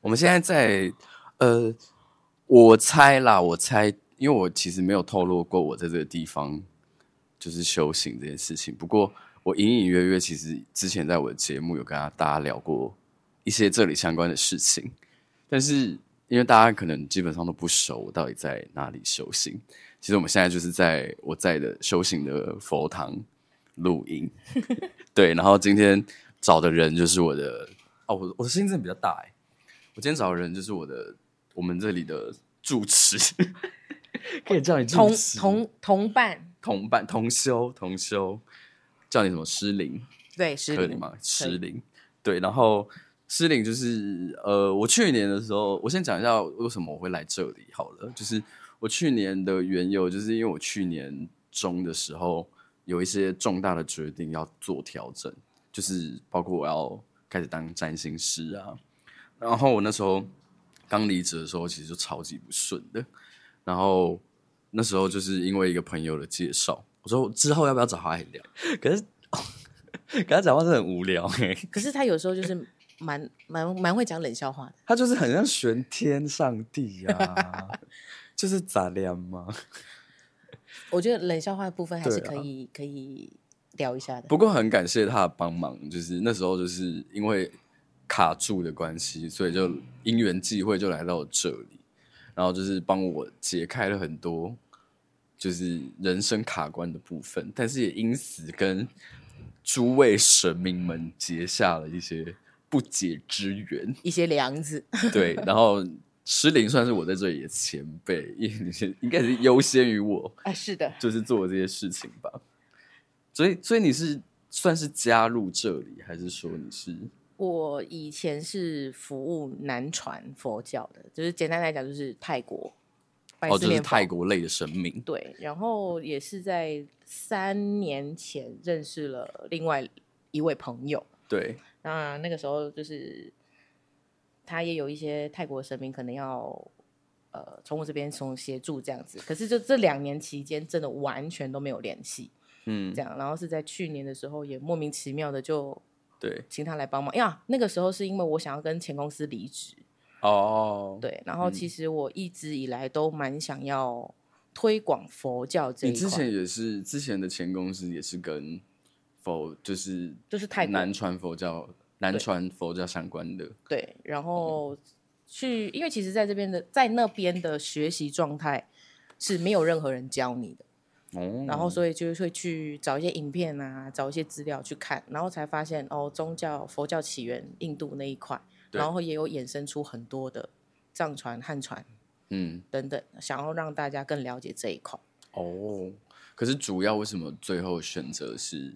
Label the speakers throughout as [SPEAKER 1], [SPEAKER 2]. [SPEAKER 1] 我们现在在呃，我猜啦，我猜，因为我其实没有透露过我在这个地方就是修行这件事情。不过我隐隐约约，其实之前在我的节目有跟大家聊过一些这里相关的事情，但是因为大家可能基本上都不熟，我到底在哪里修行。其实我们现在就是在我在的修行的佛堂录 音，对。然后今天找的人就是我的哦，我我的声音真的比较大哎、我今天找的人就是我的我们这里的住持， 可以叫你
[SPEAKER 2] 同
[SPEAKER 1] 住持
[SPEAKER 2] 同同伴，
[SPEAKER 1] 同伴同修同修，叫你什么诗灵
[SPEAKER 2] 对，是
[SPEAKER 1] 可以吗？诗灵对，然后诗灵就是呃，我去年的时候，我先讲一下为什么我会来这里好了，就是我去年的缘由，就是因为我去年中的时候有一些重大的决定要做调整，就是包括我要开始当占星师啊，然后我那时候刚离职的时候，其实就超级不顺的，然后那时候就是因为一个朋友的介绍，我说之后要不要找他来聊，可是。跟他讲话是很无聊哎、
[SPEAKER 2] 可是他有时候就是蛮蛮蛮会讲冷笑话的。
[SPEAKER 1] 他就是很像玄天上帝 啊，就是咋样 嘛。
[SPEAKER 2] 我觉得冷笑话的部分还是
[SPEAKER 1] 对啊
[SPEAKER 2] 可以、可以聊一下的。
[SPEAKER 1] 不过很感谢他的帮忙，就是那时候就是因为卡住的关系，所以就因缘际会就来到这里，然后就是帮我解开了很多就是人生卡关的部分，但是也因此跟诸位神明们结下了一些不解之缘。
[SPEAKER 2] 一些梁子，
[SPEAKER 1] 对，然后诗林算是我在这里的前辈，因为先应该是优先于我，
[SPEAKER 2] 啊，是的，
[SPEAKER 1] 就是做这些事情吧。所以，所以你是算是加入这里，还是说你是
[SPEAKER 2] 我以前是服务南传佛教的，就是简单来讲就是泰国，拜
[SPEAKER 1] 哦，
[SPEAKER 2] 四
[SPEAKER 1] 就是
[SPEAKER 2] 面佛
[SPEAKER 1] 泰国类的神明？
[SPEAKER 2] 对，然后也是在三年前认识了另外一位朋友，
[SPEAKER 1] 对，
[SPEAKER 2] 那那个时候就是他也有一些泰国神明可能要呃从我这边从协助这样子，可是就这两年期间真的完全都没有联系，
[SPEAKER 1] 嗯
[SPEAKER 2] 这，样，然后是在去年的时候也莫名其妙的就
[SPEAKER 1] 对，
[SPEAKER 2] 请他来帮忙呀。那个时候是因为我想要跟前公司离职，
[SPEAKER 1] 哦，，
[SPEAKER 2] 对，然后其实我一直以来都蛮想要推广佛教这一
[SPEAKER 1] 你
[SPEAKER 2] 块，
[SPEAKER 1] 之前也是之前的前公司也是跟佛就是
[SPEAKER 2] 就是泰国
[SPEAKER 1] 南传佛教南
[SPEAKER 2] 对
[SPEAKER 1] 传佛教相关的，
[SPEAKER 2] 对，
[SPEAKER 1] 嗯
[SPEAKER 2] 然后去，因为其实在这边的在那边的学习状态是没有任何人教你的，
[SPEAKER 1] 哦，
[SPEAKER 2] 然后所以就是会去找一些影片啊，找一些资料去看，然后才发现哦，宗教佛教起源印度那一块，
[SPEAKER 1] 对
[SPEAKER 2] 然后也有衍生出很多的藏传、汉传
[SPEAKER 1] 嗯，
[SPEAKER 2] 等等，想要让大家更了解这一块。
[SPEAKER 1] 哦，可是主要为什么最后选择是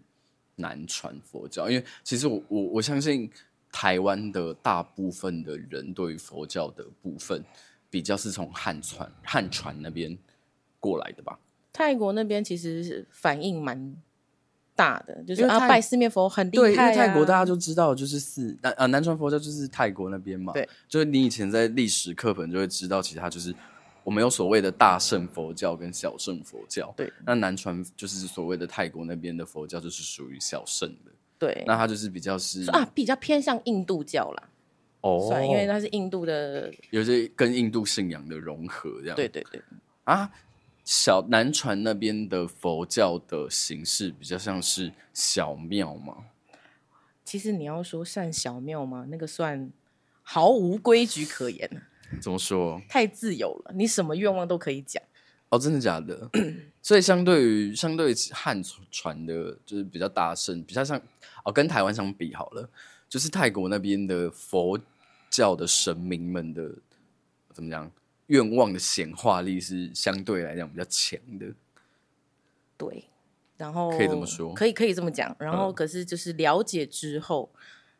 [SPEAKER 1] 南传佛教？因为其实我我我相信台湾的大部分的人对于佛教的部分，比较是从汉传汉传那边过来的吧？
[SPEAKER 2] 泰国那边其实是反应蛮大的，就是
[SPEAKER 1] 因为
[SPEAKER 2] 啊，
[SPEAKER 1] 泰
[SPEAKER 2] 拜四面佛很厉害、啊，
[SPEAKER 1] 对，因为泰国大家就知道，就是四南啊南传佛教就是泰国那边嘛。
[SPEAKER 2] 对，
[SPEAKER 1] 就是你以前在历史课本就会知道，其实它就是我们有所谓的大乘佛教跟小乘佛教。
[SPEAKER 2] 对，
[SPEAKER 1] 那南传就是所谓的泰国那边的佛教，就是属于小乘的。
[SPEAKER 2] 对
[SPEAKER 1] 那它就是比较是
[SPEAKER 2] 啊，比较偏向印度教啦。
[SPEAKER 1] 哦
[SPEAKER 2] 算，因为它是印度的，
[SPEAKER 1] 有些跟印度信仰的融合这样。
[SPEAKER 2] 对对对，
[SPEAKER 1] 啊，小南传那边的佛教的形式比较像是小庙嘛，
[SPEAKER 2] 其实你要说算小庙吗？那个算毫无规矩可言啊
[SPEAKER 1] 怎么说？
[SPEAKER 2] 太自由了，你什么愿望都可以讲。
[SPEAKER 1] 哦，真的假 的？所以相对于相对于汉传的，就是比较大盛，比较像哦，跟台湾相比好了，就是泰国那边的佛教的神明们的怎么讲，愿望的显化力是相对来讲比较强的。
[SPEAKER 2] 对，然后
[SPEAKER 1] 可以这么说
[SPEAKER 2] 可以可以这么讲。然后
[SPEAKER 1] 嗯
[SPEAKER 2] 可是就是了解之后，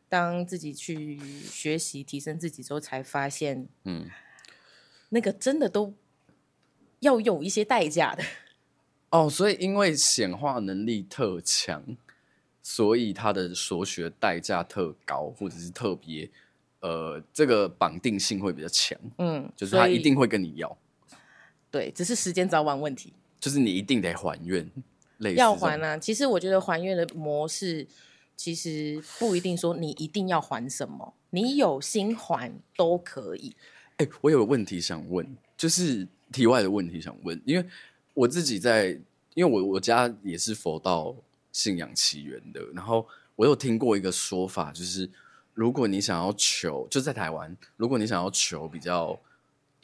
[SPEAKER 2] 当自己去学习提升自己之后，才发现
[SPEAKER 1] 嗯，
[SPEAKER 2] 那个真的都要有一些代价的。
[SPEAKER 1] 哦，所以因为显化能力特强，所以他的所学代价特高，或者是特别，呃，这个绑定性会比较强，
[SPEAKER 2] 嗯，
[SPEAKER 1] 就是他
[SPEAKER 2] 所以
[SPEAKER 1] 一定会跟你要，
[SPEAKER 2] 对，只是时间早晚问题。
[SPEAKER 1] 就是你一定得还愿，类似
[SPEAKER 2] 要
[SPEAKER 1] 这种
[SPEAKER 2] 还啊！其实我觉得还愿的模式其实不一定说你一定要还什么，你有心还都可以。
[SPEAKER 1] 哎、我有个问题想问，就是题外的问题想问，因为我自己在，因为我我家也是佛道信仰起源的，然后我有听过一个说法，就是如果你想要求，就在台湾，如果你想要求比较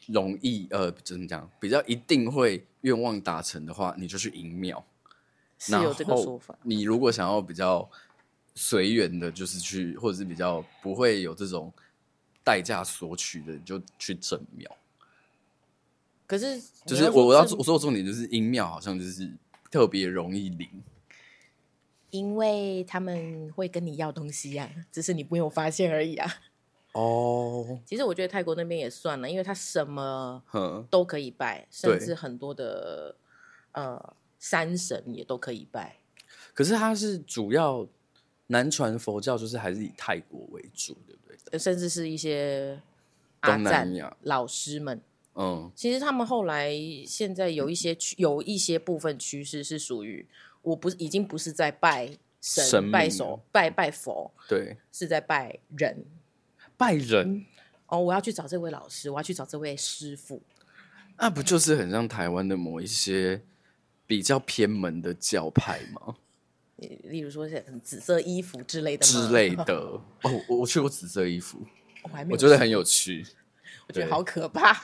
[SPEAKER 1] 容易，呃，怎么讲，比较一定会愿望达成的话，你就去迎庙。
[SPEAKER 2] 是有这个说法，。
[SPEAKER 1] 你如果想要比较随缘的，就是去，或者是比较不会有这种代价索取的，你就去正庙。
[SPEAKER 2] 可是
[SPEAKER 1] 就
[SPEAKER 2] 你
[SPEAKER 1] 是
[SPEAKER 2] 说
[SPEAKER 1] 我我要
[SPEAKER 2] 这
[SPEAKER 1] 我说的重点就是音庙好像就是特别容易灵，
[SPEAKER 2] 因为他们会跟你要东西啊，只是你没有发现而已啊。
[SPEAKER 1] 哦，
[SPEAKER 2] 其实我觉得泰国那边也算了，因为他什么
[SPEAKER 1] 哼，
[SPEAKER 2] 都可以拜，甚
[SPEAKER 1] 对
[SPEAKER 2] 至很多的呃山神也都可以拜。
[SPEAKER 1] 可是它是主要南传佛教，就是还是以泰国为主，对不对？
[SPEAKER 2] 呃甚至是一些阿
[SPEAKER 1] 东南
[SPEAKER 2] 赞
[SPEAKER 1] 亚
[SPEAKER 2] 老师们。
[SPEAKER 1] 嗯，
[SPEAKER 2] 其实他们后来现在有一些趋，有一些部分趋势是属于，我不是已经不是在拜神、
[SPEAKER 1] 神明
[SPEAKER 2] 拜
[SPEAKER 1] 了
[SPEAKER 2] 手、拜拜佛，
[SPEAKER 1] 对，
[SPEAKER 2] 是在拜人。
[SPEAKER 1] 拜人
[SPEAKER 2] 哦，我要去找这位老师，我要去找这位师傅。
[SPEAKER 1] 那不就是很像台湾的某一些比较偏门的教派吗？
[SPEAKER 2] 例例如说是很紫色衣服之类的吗
[SPEAKER 1] 之，类的。 哦，我我去过紫色衣服，
[SPEAKER 2] 我还没有
[SPEAKER 1] 我觉得
[SPEAKER 2] 试
[SPEAKER 1] 很有趣。
[SPEAKER 2] 我觉得
[SPEAKER 1] 对
[SPEAKER 2] 好可怕。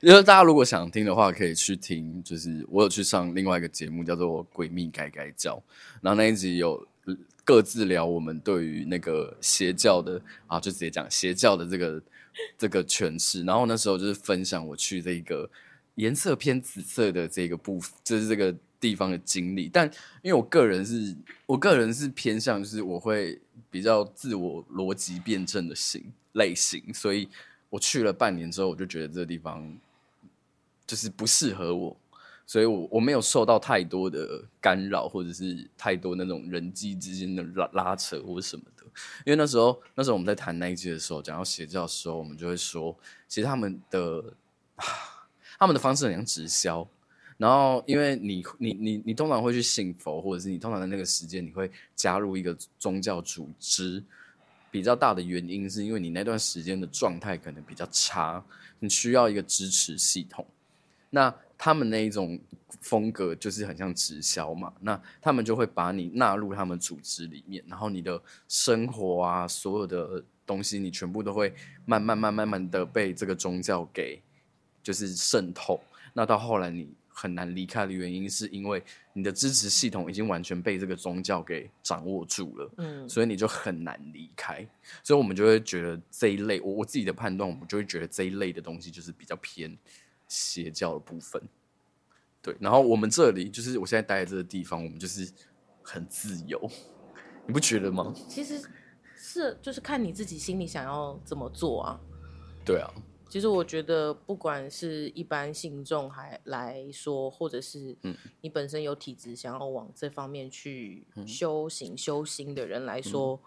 [SPEAKER 1] 就是大家如果想听的话，可以去听，就是我有去上另外一个节目叫做《诡秘改改教》，然后那一集有呃各自聊我们对于那个邪教的啊，就直接讲邪教的这个这个诠释。然后那时候就是分享我去这个颜色偏紫色的这个部分，就是这个地方的经历。但因为我个人是，我个人是偏向就是我会比较自我逻辑辩证的型类型，所以我去了半年之后，我就觉得这个地方就是不适合我。所以我我没有受到太多的干扰，或者是太多那种人际之间的拉拉扯或什么的。因为那时候那时候我们在谈那一季的时候，讲到邪教的时候，我们就会说，其实他们的 他们的方式很像直销。然后，因为你你你你通常会去信佛，或者是你通常在那个时间你会加入一个宗教组织，比较大的原因是因为你那段时间的状态可能比较差，你需要一个支持系统。那他们那一种风格就是很像直销嘛，那他们就会把你纳入他们组织里面，然后你的生活啊，所有的东西，你全部都会慢慢、慢慢、慢慢的被这个宗教给就是渗透。那到后来你很难离开的原因，是因为你的支持系统已经完全被这个宗教给掌握住了。
[SPEAKER 2] 嗯，
[SPEAKER 1] 所以你就很难离开。所以我们就会觉得这一类，我我自己的判断，我们就会觉得这一类的东西就是比较偏邪教的部分。对，然后我们这里就是我现在待的这个地方，我们就是很自由，你不觉得吗？
[SPEAKER 2] 其实是就是看你自己心里想要怎么做啊。
[SPEAKER 1] 对啊，
[SPEAKER 2] 其实我觉得，不管是一般信众还来说，或者是
[SPEAKER 1] 嗯
[SPEAKER 2] 你本身有体质想要往这方面去
[SPEAKER 1] 嗯
[SPEAKER 2] 修行、修心的人来说，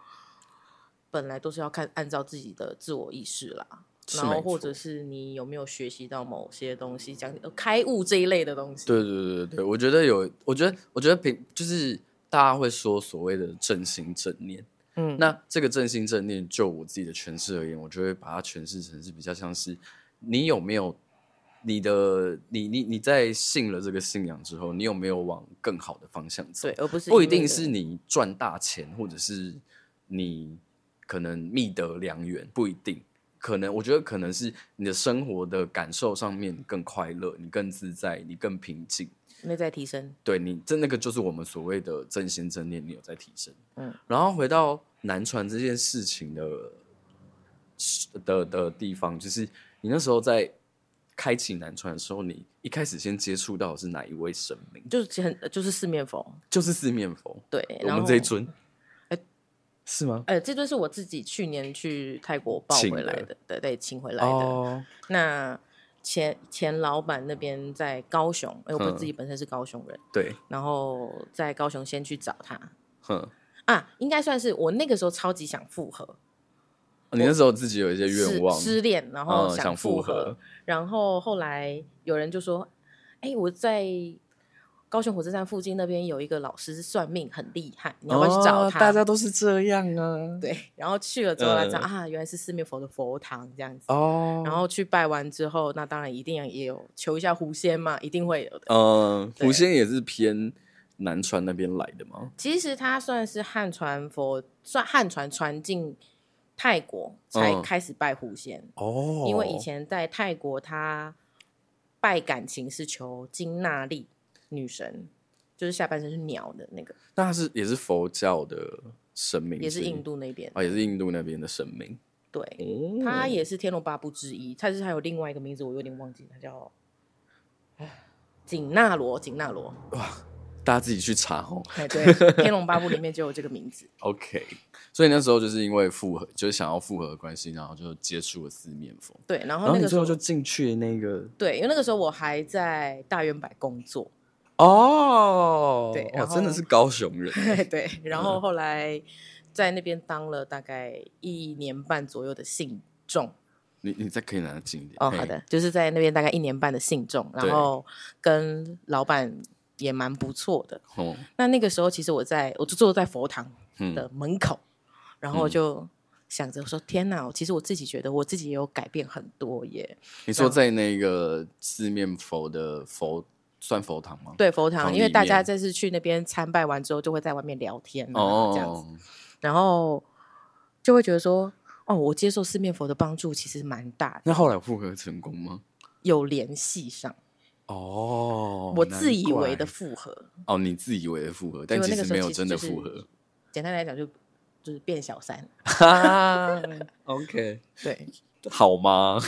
[SPEAKER 2] 本来都是要看按照自己的自我意识啦，
[SPEAKER 1] 是
[SPEAKER 2] 然后
[SPEAKER 1] 没
[SPEAKER 2] 或
[SPEAKER 1] 错
[SPEAKER 2] 者是你有没有学习到某些东西，讲呃开悟这一类的东西。
[SPEAKER 1] 对对对对对，我觉得有，我觉得我觉得平就是大家会说所谓的正心正念，
[SPEAKER 2] 嗯，
[SPEAKER 1] 那这个正心正念，就我自己的诠释而言，我就会把它诠释成是比较像是你有没有你的你你你在信了这个信仰之后，你有没有往更好的方向走
[SPEAKER 2] 对，？而不是
[SPEAKER 1] 不一
[SPEAKER 2] 因为
[SPEAKER 1] 定
[SPEAKER 2] 的
[SPEAKER 1] 是你赚大钱，或者是你可能觅得良缘，不一定。可能我觉得可能是你的生活的感受上面更快乐，你更自在，你更平静。
[SPEAKER 2] 内在提升。
[SPEAKER 1] 对你，这那个就是我们所谓的真心正念，你有在提升。
[SPEAKER 2] 嗯
[SPEAKER 1] 嗯，然后回到南传这件事情的的的地方，就是你那时候在开启南传的时候，你一开始先接触到的是哪一位神明？
[SPEAKER 2] 就是很就是四面佛，
[SPEAKER 1] 就是四面佛，
[SPEAKER 2] 对，
[SPEAKER 1] 我
[SPEAKER 2] 然
[SPEAKER 1] 们
[SPEAKER 2] 后
[SPEAKER 1] 这一尊，
[SPEAKER 2] 哎
[SPEAKER 1] 是吗？
[SPEAKER 2] 呃，这顿是我自己去年去泰国抱
[SPEAKER 1] 请
[SPEAKER 2] 回来
[SPEAKER 1] 的哦
[SPEAKER 2] 的，对对，请回来的。，那前前老板那边在高雄，哎、我不是
[SPEAKER 1] 嗯
[SPEAKER 2] 自己本身是高雄人，
[SPEAKER 1] 对，
[SPEAKER 2] 然后在高雄先去找他
[SPEAKER 1] 哼，
[SPEAKER 2] 啊，应该算是我那个时候超级想复合，
[SPEAKER 1] 你那时候自己有一些
[SPEAKER 2] 失
[SPEAKER 1] 愿望，
[SPEAKER 2] 失恋，然后
[SPEAKER 1] 嗯
[SPEAKER 2] 复
[SPEAKER 1] 复
[SPEAKER 2] 合，，然后后来有人就说，哎、我在高雄火车站附近那边有一个老师是算命很厉害，你要不要去找
[SPEAKER 1] 哦
[SPEAKER 2] 他？
[SPEAKER 1] 大家都是这样啊。
[SPEAKER 2] 对，然后去了之后才知道、
[SPEAKER 1] 嗯
[SPEAKER 2] 啊，原来是四面佛的佛堂这样子。
[SPEAKER 1] 哦，
[SPEAKER 2] 然后去拜完之后，那当然一定也有求一下狐仙嘛，一定会有的。
[SPEAKER 1] 呃，
[SPEAKER 2] 对
[SPEAKER 1] 狐仙也是偏南川那边来的吗？
[SPEAKER 2] 其实它算是汉传佛，算汉传传进泰国才
[SPEAKER 1] 嗯
[SPEAKER 2] 开始拜狐仙，
[SPEAKER 1] 哦
[SPEAKER 2] 因为以前在泰国，他拜感情是求金娜丽女神，就是下半身是鸟的那个，
[SPEAKER 1] 那他是也是佛教的神明之一，
[SPEAKER 2] 也是印度那边。
[SPEAKER 1] 哦，也是印度那边的神明。
[SPEAKER 2] 对，
[SPEAKER 1] 哦
[SPEAKER 2] 它也是天龙八部之一，但是它有另外一个名字，我有点忘记，它叫紧那罗，紧那罗。
[SPEAKER 1] 大家自己去查哦。
[SPEAKER 2] 哎， 对，《天龙八部》里面就有这个名字。
[SPEAKER 1] OK，所以那时候就是因为复合，就是想要复合的关系，然后就接触了四面佛。
[SPEAKER 2] 对，然
[SPEAKER 1] 然
[SPEAKER 2] 后
[SPEAKER 1] 后
[SPEAKER 2] 那
[SPEAKER 1] 你
[SPEAKER 2] 个时
[SPEAKER 1] 最
[SPEAKER 2] 候
[SPEAKER 1] 后就进去了那个
[SPEAKER 2] 对，因为那个时候我还在大圆柏工作，
[SPEAKER 1] 哦，
[SPEAKER 2] 对
[SPEAKER 1] 哦
[SPEAKER 2] 然，后
[SPEAKER 1] 真的是高雄人，
[SPEAKER 2] 对，然
[SPEAKER 1] 嗯
[SPEAKER 2] 后后来在那边当了大概一年半左右的信众。
[SPEAKER 1] 你你再可以拿得近一点
[SPEAKER 2] 哦，
[SPEAKER 1] 嘿
[SPEAKER 2] 好的，就是在那边大概一年半的信众，然
[SPEAKER 1] 对
[SPEAKER 2] 后跟老板也蛮不错的。
[SPEAKER 1] 哦，
[SPEAKER 2] 那那个时候，其实我在我就坐在佛堂
[SPEAKER 1] 嗯，
[SPEAKER 2] 的门口，然后
[SPEAKER 1] 嗯
[SPEAKER 2] 就想着说：“天哪！其实我自己觉得我自己也有改变很多耶。
[SPEAKER 1] 你说在那个四面佛的佛算佛堂吗”？
[SPEAKER 2] 对佛
[SPEAKER 1] 堂
[SPEAKER 2] 堂，因为
[SPEAKER 1] 里
[SPEAKER 2] 大家
[SPEAKER 1] 面
[SPEAKER 2] 这次去那边参拜完之后，就会在外面聊天、啊、
[SPEAKER 1] 哦，
[SPEAKER 2] 这样子。然后就会觉得说，哦，我接受四面佛的帮助其实蛮大的，
[SPEAKER 1] 那后来复合成功吗？
[SPEAKER 2] 有联系上，
[SPEAKER 1] 哦，
[SPEAKER 2] 我自以为的
[SPEAKER 1] 难
[SPEAKER 2] 复合，
[SPEAKER 1] 怪哦，你自以为的复合，但
[SPEAKER 2] 结果
[SPEAKER 1] 其
[SPEAKER 2] 那个
[SPEAKER 1] 实
[SPEAKER 2] 时候
[SPEAKER 1] 没有
[SPEAKER 2] 其实
[SPEAKER 1] 真的
[SPEAKER 2] 就是
[SPEAKER 1] 复合。
[SPEAKER 2] 简单来讲就就是变小 三，
[SPEAKER 1] 哈 OK，
[SPEAKER 2] 对，
[SPEAKER 1] 好吗？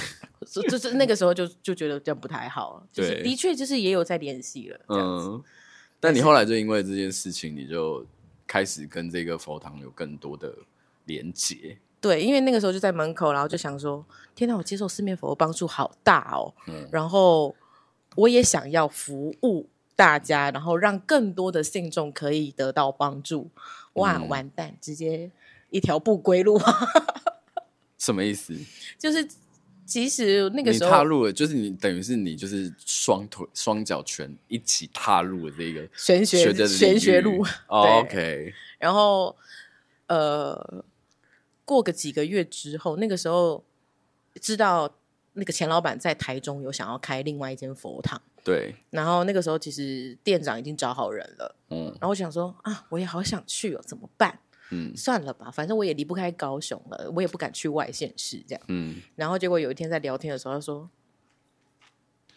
[SPEAKER 2] 就就是那个时候就就觉得这样不太好，就是
[SPEAKER 1] 对
[SPEAKER 2] 的确就是也有在联系了，这样子，
[SPEAKER 1] 嗯，但你后来就因为这件事情，你就开始跟这个佛堂有更多的连接。
[SPEAKER 2] 对，因为那个时候就在门口，然后就想说，天哪，我接受四面佛的帮助好大哦，
[SPEAKER 1] 嗯，
[SPEAKER 2] 然后我也想要服务大家，然后让更多的信众可以得到帮助。哇，
[SPEAKER 1] 嗯
[SPEAKER 2] 完蛋，直接一条不归路啊！
[SPEAKER 1] 什么意思？
[SPEAKER 2] 就是其实那个
[SPEAKER 1] 你
[SPEAKER 2] 时
[SPEAKER 1] 踏
[SPEAKER 2] 候
[SPEAKER 1] 入了，就是你等于是你就是双腿双脚全一起踏入了这个
[SPEAKER 2] 玄学
[SPEAKER 1] 的
[SPEAKER 2] 玄学
[SPEAKER 1] 领域
[SPEAKER 2] 路，
[SPEAKER 1] 哦
[SPEAKER 2] 对
[SPEAKER 1] OK，
[SPEAKER 2] 然后呃，过个几个月之后，那个时候知道那个钱老板在台中有想要开另外一间佛堂，
[SPEAKER 1] 对，
[SPEAKER 2] 然后那个时候其实店长已经找好人了，
[SPEAKER 1] 嗯
[SPEAKER 2] 然后我想说啊，我也好想去哦，怎么办？
[SPEAKER 1] 嗯
[SPEAKER 2] 算了吧，反正我也离不开高雄了，我也不敢去外县市这样。
[SPEAKER 1] 嗯，
[SPEAKER 2] 然后结果有一天在聊天的时候，他说：“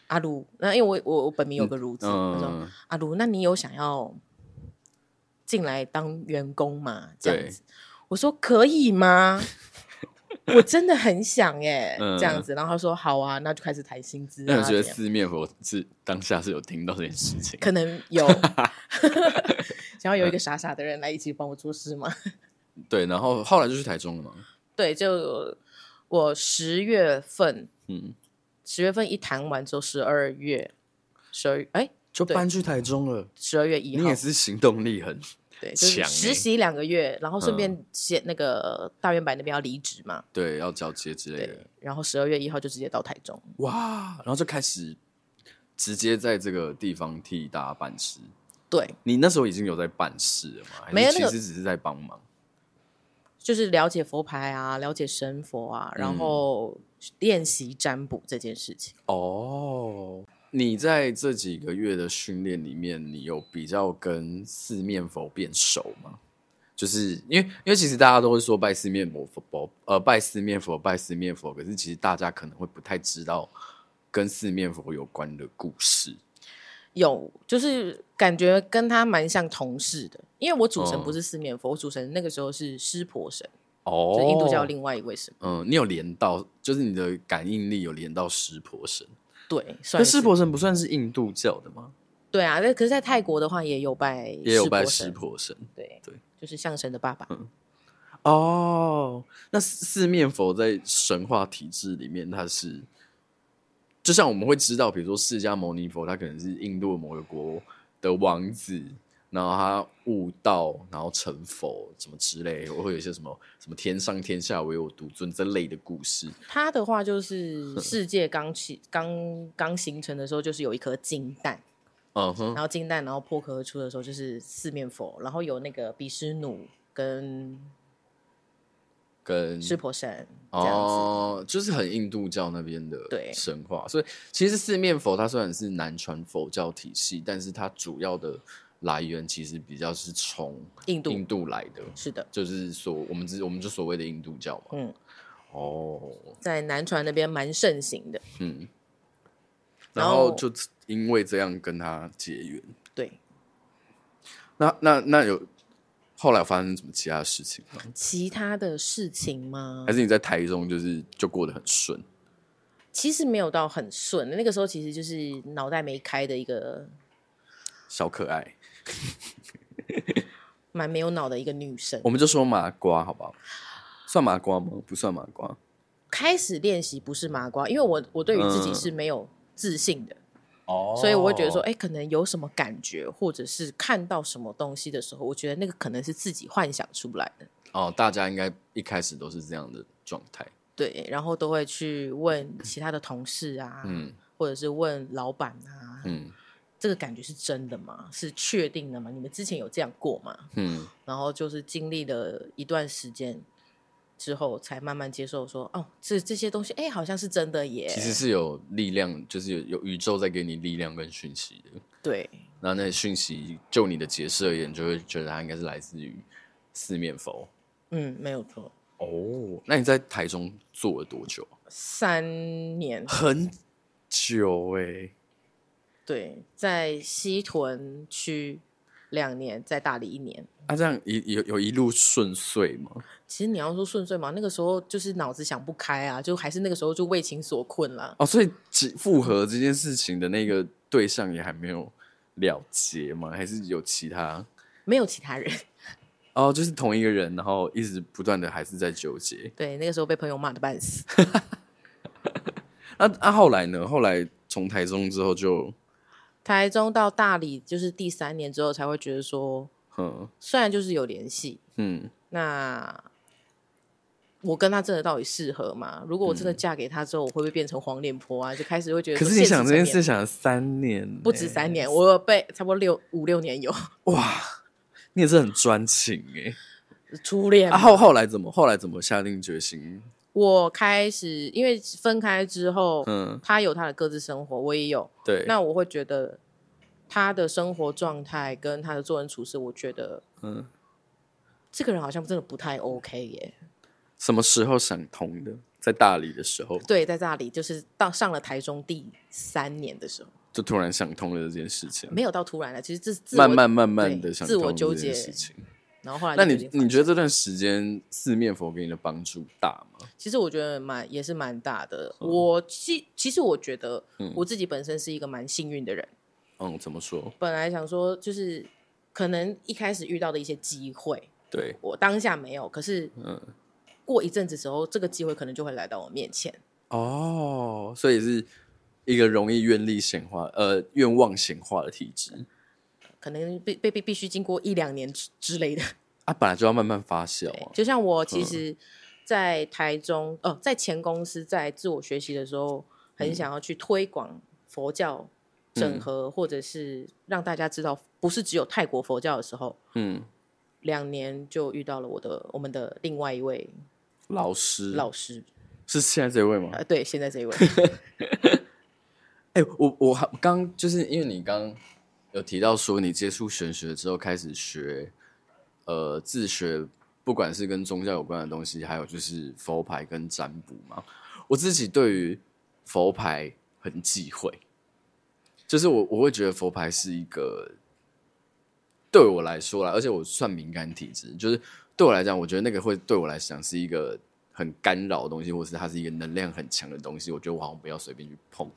[SPEAKER 2] 阿鲁，那因为我我我本名有个如字，他说
[SPEAKER 1] 嗯，
[SPEAKER 2] 阿鲁，那你有想要进来当员工吗？这样子，我说可以吗？我真的很想耶，
[SPEAKER 1] 嗯
[SPEAKER 2] 这样子。然后他说好啊，那就开始谈薪资
[SPEAKER 1] 那
[SPEAKER 2] 啊，
[SPEAKER 1] 我觉得
[SPEAKER 2] 怎样
[SPEAKER 1] 四面佛是当下是有听到这件事情，
[SPEAKER 2] 可能 有 想要有一个傻傻的人来一起帮我做事吗？
[SPEAKER 1] 对，然后后来就去台中了嘛，
[SPEAKER 2] 对，就我十月份，
[SPEAKER 1] 嗯，
[SPEAKER 2] 十月份一谈完之后，十二月，十二哎，
[SPEAKER 1] 就
[SPEAKER 2] 对
[SPEAKER 1] 搬去台中了。
[SPEAKER 2] 十二月一
[SPEAKER 1] 你
[SPEAKER 2] 号
[SPEAKER 1] 也，是行动力很
[SPEAKER 2] 对，就是
[SPEAKER 1] 强欸嗯
[SPEAKER 2] 实习两个月，然后顺便先那个大圆柏那边要离职嘛，
[SPEAKER 1] 对，要交接之类
[SPEAKER 2] 对
[SPEAKER 1] 的，，
[SPEAKER 2] 然后十二月一号就直接到台中，
[SPEAKER 1] 哇，然后就开始直接在这个地方替大家办事。
[SPEAKER 2] 对，
[SPEAKER 1] 你那时候已经有在办事了吗？还是
[SPEAKER 2] 没有那个
[SPEAKER 1] 其实只是在帮忙。
[SPEAKER 2] 就是了解佛牌啊，了解神佛啊，
[SPEAKER 1] 嗯
[SPEAKER 2] 然后练习占卜这件事情。
[SPEAKER 1] 哦，你在这几个月的训练里面，你有比较跟四面佛变熟吗？就是因为，因为其实大家都会说拜四面佛佛，呃，拜四面佛，拜四面佛。可是其实大家可能会不太知道跟四面佛有关的故事。
[SPEAKER 2] 有，就是感觉跟他蛮像同事的，因为我主神不
[SPEAKER 1] 哦
[SPEAKER 2] 是四面佛，我主神那个时候是湿婆神，
[SPEAKER 1] 哦
[SPEAKER 2] 就是印度教另外一位神，
[SPEAKER 1] 嗯，你有连到，就是你的感应力有连到湿婆神。
[SPEAKER 2] 对，算
[SPEAKER 1] 可
[SPEAKER 2] 是
[SPEAKER 1] 湿婆神不算是印度教的吗？
[SPEAKER 2] 对啊，那可是，在泰国的话也有拜，也
[SPEAKER 1] 也有拜湿，婆神。
[SPEAKER 2] 对
[SPEAKER 1] 对，嗯
[SPEAKER 2] 就是象神的爸爸。
[SPEAKER 1] 哦，那四四面佛在神话体制里面，它是就像我们会知道，比如说释迦牟尼佛，他可能是印度的某个国的王子，然后他悟道，然后成佛，什么之类，会有一些什么什么天上天下唯我独尊这类的故事。
[SPEAKER 2] 他的话就是世界刚起刚刚形成的时候，就是有一颗金蛋，
[SPEAKER 1] 嗯哼，
[SPEAKER 2] 然后金蛋，然后破壳而出的时候就是四面佛，然后有那个比湿奴跟
[SPEAKER 1] 跟
[SPEAKER 2] 湿婆神这样子。
[SPEAKER 1] 嗯哦，就是很印度教那边的
[SPEAKER 2] 对
[SPEAKER 1] 神话，所以其实四面佛它虽然是南传佛教体系，但是它主要的来源其实比较是从
[SPEAKER 2] 印度
[SPEAKER 1] 印度来的，
[SPEAKER 2] 是的，
[SPEAKER 1] 就是所我们之我们就所谓的印度教嘛。
[SPEAKER 2] 嗯，
[SPEAKER 1] 哦，
[SPEAKER 2] 在南传那边蛮盛行的。
[SPEAKER 1] 嗯，
[SPEAKER 2] 然
[SPEAKER 1] 然
[SPEAKER 2] 后
[SPEAKER 1] 后就因为这样跟他结缘。
[SPEAKER 2] 对，
[SPEAKER 1] 那那那有后来发生什么其他的事情吗？
[SPEAKER 2] 其他的事情吗
[SPEAKER 1] 还？是你在台中就是就过得很顺？
[SPEAKER 2] 其实没有到很顺，那个时候其实就是脑袋没开的一个
[SPEAKER 1] 小可爱，
[SPEAKER 2] 蛮没有脑的一个女生
[SPEAKER 1] 我。们就说麻瓜好不好？算麻瓜吗？不算麻瓜。
[SPEAKER 2] 开始练习不是麻瓜，因为我我对于自己
[SPEAKER 1] 嗯
[SPEAKER 2] 是没有自信的，
[SPEAKER 1] 哦
[SPEAKER 2] 所以我会觉得说，哎、可能有什么感觉，或者是看到什么东西的时候，我觉得那个可能是自己幻想出来的。
[SPEAKER 1] 哦，大家应该一开始都是这样的状态。
[SPEAKER 2] 对，然后都会去问其他的同事啊，
[SPEAKER 1] 嗯
[SPEAKER 2] 或者是问老板啊，
[SPEAKER 1] 嗯
[SPEAKER 2] 这个感觉是真的吗？是确定的吗？你们之前有这样过吗？
[SPEAKER 1] 嗯，
[SPEAKER 2] 然后就是经历了一段时间之后，才慢慢接受说，哦，这这些东西，哎，好像是真的耶。
[SPEAKER 1] 其实是有力量，就是有有宇宙在给你力量跟讯息的。
[SPEAKER 2] 对，
[SPEAKER 1] 然后那些讯息，就你的解释而言，就会觉得它应该是来自于四面佛。
[SPEAKER 2] 嗯，没有错，
[SPEAKER 1] 哦，那你在台中做了多久？
[SPEAKER 2] 三年，
[SPEAKER 1] 很久哎、
[SPEAKER 2] 对，在西屯区两年，在大理一年。
[SPEAKER 1] 那、啊这样一有有一路顺遂吗？
[SPEAKER 2] 其实你要说顺遂嘛，那个时候就是脑子想不开啊，就还是那个时候就为情所困啦。
[SPEAKER 1] 哦，所以只复合这件事情的那个对象也还没有了结吗？还是有其他？
[SPEAKER 2] 没有其他人。
[SPEAKER 1] 哦，就是同一个人，然后一直不断的还是在纠结。
[SPEAKER 2] 对，那个时候被朋友骂的半死。
[SPEAKER 1] 那、那、后来呢？后来从台中之后就，
[SPEAKER 2] 台中到大理就是第三年之后才会觉得说，
[SPEAKER 1] 嗯
[SPEAKER 2] 虽然就是有联系，
[SPEAKER 1] 嗯
[SPEAKER 2] 那我跟他真的到底适合吗？如果我真的嫁给他之后，我会不会变成黄脸婆啊？就开始会觉得
[SPEAKER 1] 嗯可
[SPEAKER 2] 说
[SPEAKER 1] 是
[SPEAKER 2] 现
[SPEAKER 1] 你
[SPEAKER 2] 实
[SPEAKER 1] 想
[SPEAKER 2] 层面，
[SPEAKER 1] 这件事哎想了三年欸呢、
[SPEAKER 2] 不止三年，我有被差不多六五六年有
[SPEAKER 1] 哇，你也是很专情哎、
[SPEAKER 2] 初恋
[SPEAKER 1] 啊，
[SPEAKER 2] 嘛。
[SPEAKER 1] 后后来怎么？后来怎么下定决心？
[SPEAKER 2] 我开始因为分开之后，
[SPEAKER 1] 嗯，
[SPEAKER 2] 他有他的各自生活，我也有。
[SPEAKER 1] 对，
[SPEAKER 2] 那我会觉得他的生活状态跟他的做人处事，我觉得
[SPEAKER 1] 嗯，
[SPEAKER 2] 这个人好像真的不太 OK 耶。
[SPEAKER 1] 什么时候想通的？在大理的时候，
[SPEAKER 2] 对，在大理就是到上了台中第三年的时候，
[SPEAKER 1] 就突然想通了这件事情，
[SPEAKER 2] 没有到突然了，其实这是自我
[SPEAKER 1] 慢慢慢慢
[SPEAKER 2] 对
[SPEAKER 1] 的想
[SPEAKER 2] 自我
[SPEAKER 1] 通
[SPEAKER 2] 纠
[SPEAKER 1] 这件
[SPEAKER 2] 结啊
[SPEAKER 1] 事情。
[SPEAKER 2] 然后后来
[SPEAKER 1] 那
[SPEAKER 2] 就
[SPEAKER 1] 你
[SPEAKER 2] 决定
[SPEAKER 1] 你觉得这段时间四面佛给你的帮助大吗？
[SPEAKER 2] 其实我觉得蛮也是蛮大的。我其其实我觉得
[SPEAKER 1] 嗯
[SPEAKER 2] 我自己本身是一个蛮幸运的人，
[SPEAKER 1] 嗯，怎么说？
[SPEAKER 2] 本来想说就是可能一开始遇到的一些机会，
[SPEAKER 1] 对，
[SPEAKER 2] 我当下没有，可是
[SPEAKER 1] 嗯，
[SPEAKER 2] 过一阵子之后，这个机会可能就会来到我面前。
[SPEAKER 1] 哦，所以是一个容易愿力显化，呃，愿望显化的体质
[SPEAKER 2] 可能必被必必须经过一两年之之类的。
[SPEAKER 1] 啊，本来就要慢慢发酵
[SPEAKER 2] 对
[SPEAKER 1] 啊，
[SPEAKER 2] 就像我其实，在台中，呃，在前公司在自我学习的时候，很想要去推广佛教整合，或者是让大家知道，不是只有泰国佛教的时候，
[SPEAKER 1] 嗯，
[SPEAKER 2] 两年就遇到了我的我们的另外一位
[SPEAKER 1] 老师，
[SPEAKER 2] 老师，
[SPEAKER 1] 是现在这位吗？
[SPEAKER 2] 呃，对，现在这一位，
[SPEAKER 1] 哎、我我还刚就是因为你刚有提到说你接触玄学之后开始学，呃，自学，不管是跟宗教有关的东西，还有就是佛牌跟占卜嘛。我自己对于佛牌很忌讳，就是我我会觉得佛牌是一个对我来说啦，而且我算敏感体质，就是对我来讲，我觉得那个会对我来讲是一个很干扰的东西，或是它是一个能量很强的东西，我觉得我好像不要随便去碰。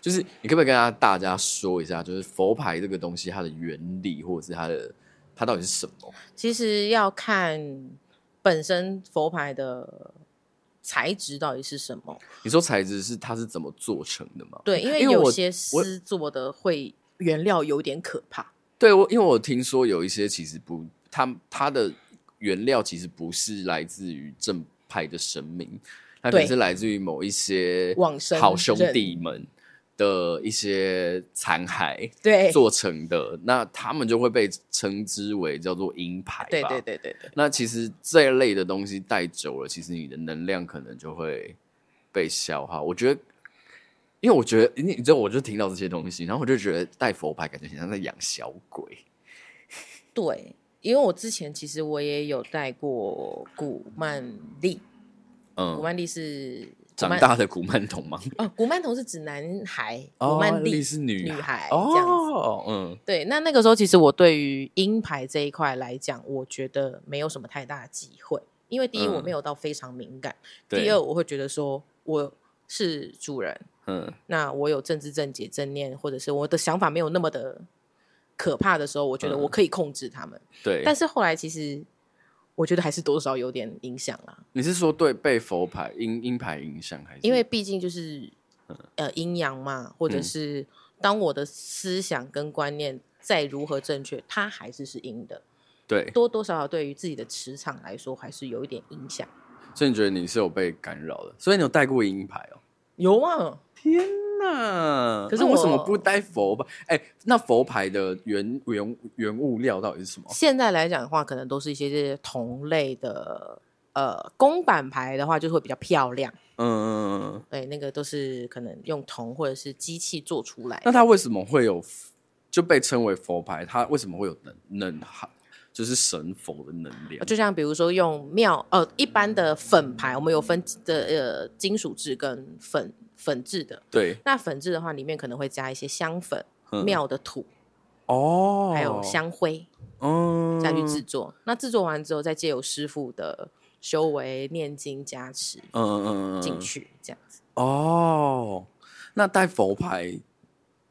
[SPEAKER 1] 就是你可不可以跟大家大家说一下，就是佛牌这个东西它的原理，或者是它的它到底是什么？
[SPEAKER 2] 其实要看本身佛牌的材质到底是什么，
[SPEAKER 1] 你说材质是它是怎么做成的吗？
[SPEAKER 2] 对，因为
[SPEAKER 1] 因为
[SPEAKER 2] 有
[SPEAKER 1] 我
[SPEAKER 2] 些丝做的会原料有点可怕。
[SPEAKER 1] 对，我因为我听说有一些其实不，它它的原料其实不是来自于正派的神明，它可能
[SPEAKER 2] 对
[SPEAKER 1] 是来自于某一些
[SPEAKER 2] 往生
[SPEAKER 1] 好兄
[SPEAKER 2] 人
[SPEAKER 1] 弟们。的一些残骸
[SPEAKER 2] 对
[SPEAKER 1] 做成的，那他们就会被称之为叫做鹰牌吧。
[SPEAKER 2] 对对对对对，
[SPEAKER 1] 那其实这一类的东西戴久了，其实你的能量可能就会被消耗。我觉得，因为我觉得你你知道，我就听到这些东西，然后我就觉得戴佛牌感觉很像在养小鬼。
[SPEAKER 2] 对，因为我之前其实我也有带过古曼丽，古
[SPEAKER 1] 嗯，
[SPEAKER 2] 曼丽是古
[SPEAKER 1] 长
[SPEAKER 2] 曼
[SPEAKER 1] 大的古曼童吗？
[SPEAKER 2] 哦，古曼童是指男孩，
[SPEAKER 1] 哦
[SPEAKER 2] 古曼丽
[SPEAKER 1] 丽是女
[SPEAKER 2] 女孩这样子。
[SPEAKER 1] 哦，嗯
[SPEAKER 2] 对，那那个时候其实我对于鹰牌这一块来讲，我觉得没有什么太大的机会，因为第一
[SPEAKER 1] 嗯
[SPEAKER 2] 我没有到非常敏感，
[SPEAKER 1] 对
[SPEAKER 2] 第二我会觉得说我是主人，
[SPEAKER 1] 嗯
[SPEAKER 2] 那我有政治正解、正念，或者是我的想法没有那么的可怕的时候，我觉得
[SPEAKER 1] 嗯
[SPEAKER 2] 我可以控制他们。
[SPEAKER 1] 对。
[SPEAKER 2] 但是后来其实我觉得还是多多少少有点影响啦，
[SPEAKER 1] 你是说对被佛牌鹰鹰牌影响还是？
[SPEAKER 2] 因为毕竟就是呃阴阳嘛，或者
[SPEAKER 1] 嗯
[SPEAKER 2] 是当我的思想跟观念再如何正确，它还是是阴的。
[SPEAKER 1] 对，
[SPEAKER 2] 多多少少对于自己的磁场来说还是有一点影响。
[SPEAKER 1] 所以你觉得你是有被干扰的，所以你有戴过鹰牌哦。
[SPEAKER 2] 有啊，
[SPEAKER 1] 那
[SPEAKER 2] 可是
[SPEAKER 1] 那为什
[SPEAKER 2] 我
[SPEAKER 1] 么不戴佛牌？哎、那佛牌的原原原物料到底是什么？
[SPEAKER 2] 现在来讲的话，可能都是一些这些同类的。呃，公版牌的话就会比较漂亮，
[SPEAKER 1] 嗯，
[SPEAKER 2] 对，那个都是可能用铜或者是机器做出来的
[SPEAKER 1] 那它为什么会有就被称为佛牌？它为什么会有能能就是神佛的能量？
[SPEAKER 2] 哦就像比如说用庙呃一般的粉牌，我们有分的呃金属质跟粉粉质的。
[SPEAKER 1] 对，
[SPEAKER 2] 那粉质的话，里面可能会加一些香粉、
[SPEAKER 1] 嗯
[SPEAKER 2] 庙的土，
[SPEAKER 1] 哦，
[SPEAKER 2] 还有香灰
[SPEAKER 1] 嗯
[SPEAKER 2] 下去制作。那制作完之后，再借由师傅的修为、念经加持
[SPEAKER 1] 嗯嗯嗯嗯
[SPEAKER 2] 进
[SPEAKER 1] 嗯
[SPEAKER 2] 去，这样子。
[SPEAKER 1] 哦，那戴佛牌，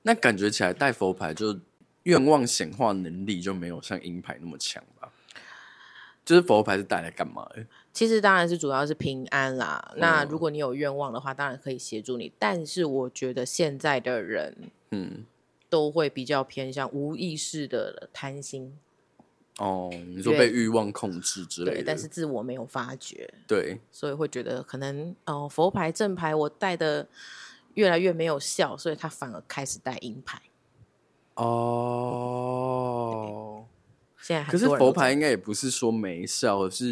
[SPEAKER 1] 那感觉起来戴佛牌就愿望显化能力就没有像鹰牌那么强吧？就是佛牌是戴来干嘛的？
[SPEAKER 2] 其实当然是主要是平安啦。那
[SPEAKER 1] 嗯
[SPEAKER 2] 如果你有愿望的话，当然可以协助你。但是我觉得现在的人
[SPEAKER 1] 嗯，
[SPEAKER 2] 都会比较偏向无意识的贪心，
[SPEAKER 1] 哦，你说
[SPEAKER 2] 对
[SPEAKER 1] 被欲望控制之类
[SPEAKER 2] 对，
[SPEAKER 1] 的，
[SPEAKER 2] 但是自我没有发觉，
[SPEAKER 1] 对
[SPEAKER 2] 所以会觉得可能哦、呃佛牌正牌我带的越来越没有效，所以他反而开始带银牌。
[SPEAKER 1] 哦。
[SPEAKER 2] 现在很
[SPEAKER 1] 可是
[SPEAKER 2] 多人都
[SPEAKER 1] 佛
[SPEAKER 2] 这样
[SPEAKER 1] 牌应该也不是说没效，而是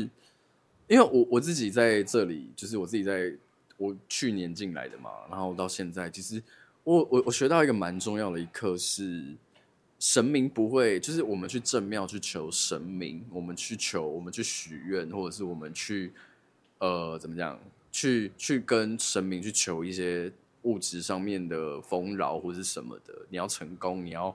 [SPEAKER 1] 因为我我自己在这里，就是我自己在我去年进来的嘛，然后到现在，其实我我我学到一个蛮重要的一课是，神明不会，就是我们去正庙去求神明，我们去求，我们去许愿，或者是我们去呃怎么讲，去去跟神明去求一些物质上面的丰饶或是什么的，你要成功，你要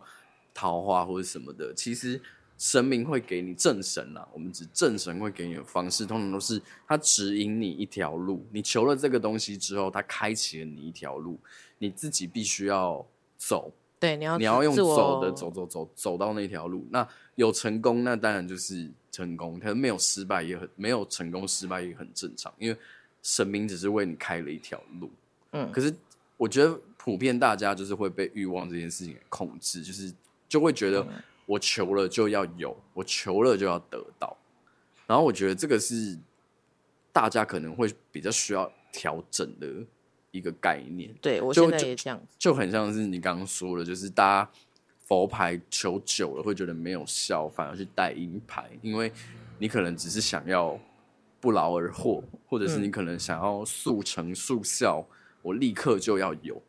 [SPEAKER 1] 桃花或者什么的，其实神明会给你正神啦，我们指正神会给你的方式，通常都是他指引你一条路，你求了这个东西之后，他开启了你一条路，你自己必须要走。
[SPEAKER 2] 对你要
[SPEAKER 1] 你要用
[SPEAKER 2] 自我
[SPEAKER 1] 走的走走走走到那条路。那有成功，那当然就是成功；，可是没有失败也很没有成功，失败也很正常，因为神明只是为你开了一条路。
[SPEAKER 2] 嗯
[SPEAKER 1] 可是我觉得普遍大家就是会被欲望这件事情给控制，就是就会觉得
[SPEAKER 2] 嗯
[SPEAKER 1] 我求了就要有，我求了就要得到。然后我觉得这个是大家可能会比较需要调整的一个概念。
[SPEAKER 2] 对我
[SPEAKER 1] 就
[SPEAKER 2] 现在
[SPEAKER 1] 就
[SPEAKER 2] 也这样子。
[SPEAKER 1] 就很像是你刚刚说的，就是大家佛牌求久了会觉得没有效，反而去带银牌，因为你可能只是想要不劳而获，或者是
[SPEAKER 2] 嗯
[SPEAKER 1] 你可能想要速成速效，我立刻就要有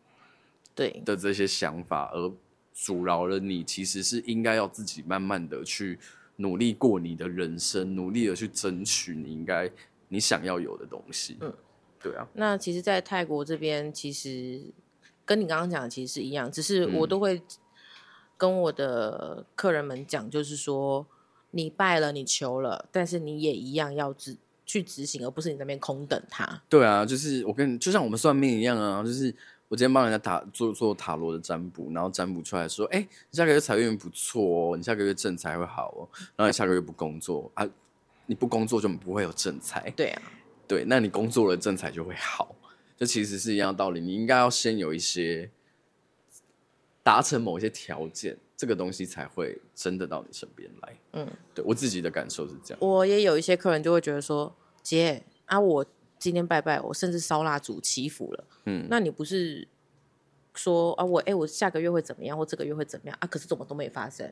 [SPEAKER 2] 对
[SPEAKER 1] 的这些想法，而阻挠了你，其实是应该要自己慢慢的去努力过你的人生，努力的去争取你应该你想要有的东西。
[SPEAKER 2] 嗯
[SPEAKER 1] 对啊，
[SPEAKER 2] 那其实，在泰国这边，其实跟你刚刚讲的其实是一样，只是我
[SPEAKER 1] 嗯
[SPEAKER 2] 都会跟我的客人们讲，就是说你拜了，你求了，但是你也一样要执去执行，而不是你在那边空等它。
[SPEAKER 1] 对啊，就是我跟你，就像我们算命一样啊，就是我今天帮人家塔做做塔罗的占卜，然后占卜出来说，哎、你下个月财运不错哦，你下个月正财会好哦，然后你下个月不工作啊，你不工作就不会有正财，
[SPEAKER 2] 对啊，
[SPEAKER 1] 对，那你工作了正财就会好，这其实是一样的道理，你应该要先有一些达成某一些条件，这个东西才会真的到你身边来。
[SPEAKER 2] 嗯，
[SPEAKER 1] 对我自己的感受是这样，
[SPEAKER 2] 我也有一些客人就会觉得说，姐啊，我今天拜拜，我甚至烧蜡烛祈福了，
[SPEAKER 1] 嗯，
[SPEAKER 2] 那你不是说啊，我哎、我下个月会怎么样，或这个月会怎么样啊？可是怎么都没发生。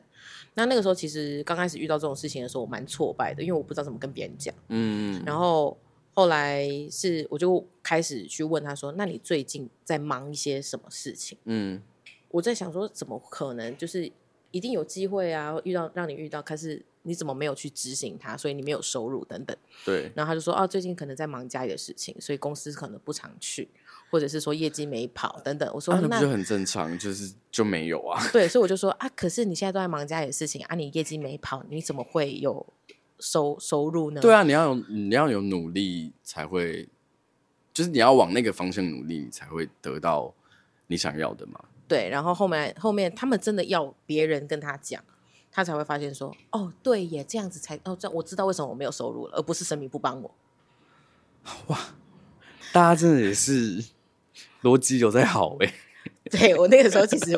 [SPEAKER 2] 那那个时候其实刚开始遇到这种事情的时候，我蛮挫败的，因为我不知道怎么跟别人讲。
[SPEAKER 1] 嗯，
[SPEAKER 2] 然后后来是我就开始去问他说：“那你最近在忙一些什么事情
[SPEAKER 1] 嗯，？”
[SPEAKER 2] 我在想说，怎么可能？就是一定有机会啊，遇到让你遇到，可是你怎么没有去执行它？所以你没有收入等等。
[SPEAKER 1] 对，
[SPEAKER 2] 然后他就说：“啊，最近可能在忙家里的事情，所以公司可能不常去，或者是说业绩没跑等等。”我说：“
[SPEAKER 1] 啊那不
[SPEAKER 2] 哦那
[SPEAKER 1] 就很正常，就是就没有啊。
[SPEAKER 2] 对，所以我就说啊，可是你现在都在忙家里的事情啊，你业绩没跑，你怎么会有收收入呢？
[SPEAKER 1] 对啊，你要有你要有努力才会，就是你要往那个方向努力，你才会得到你想要的嘛。
[SPEAKER 2] 对，然后后面后面他们真的要别人跟他讲，他才会发现说，哦，对耶，这样子才哦，这样我知道为什么我没有收入了，而不是神明不帮我。
[SPEAKER 1] 大家真的也是逻辑有在好哎、
[SPEAKER 2] 对我那个时候其实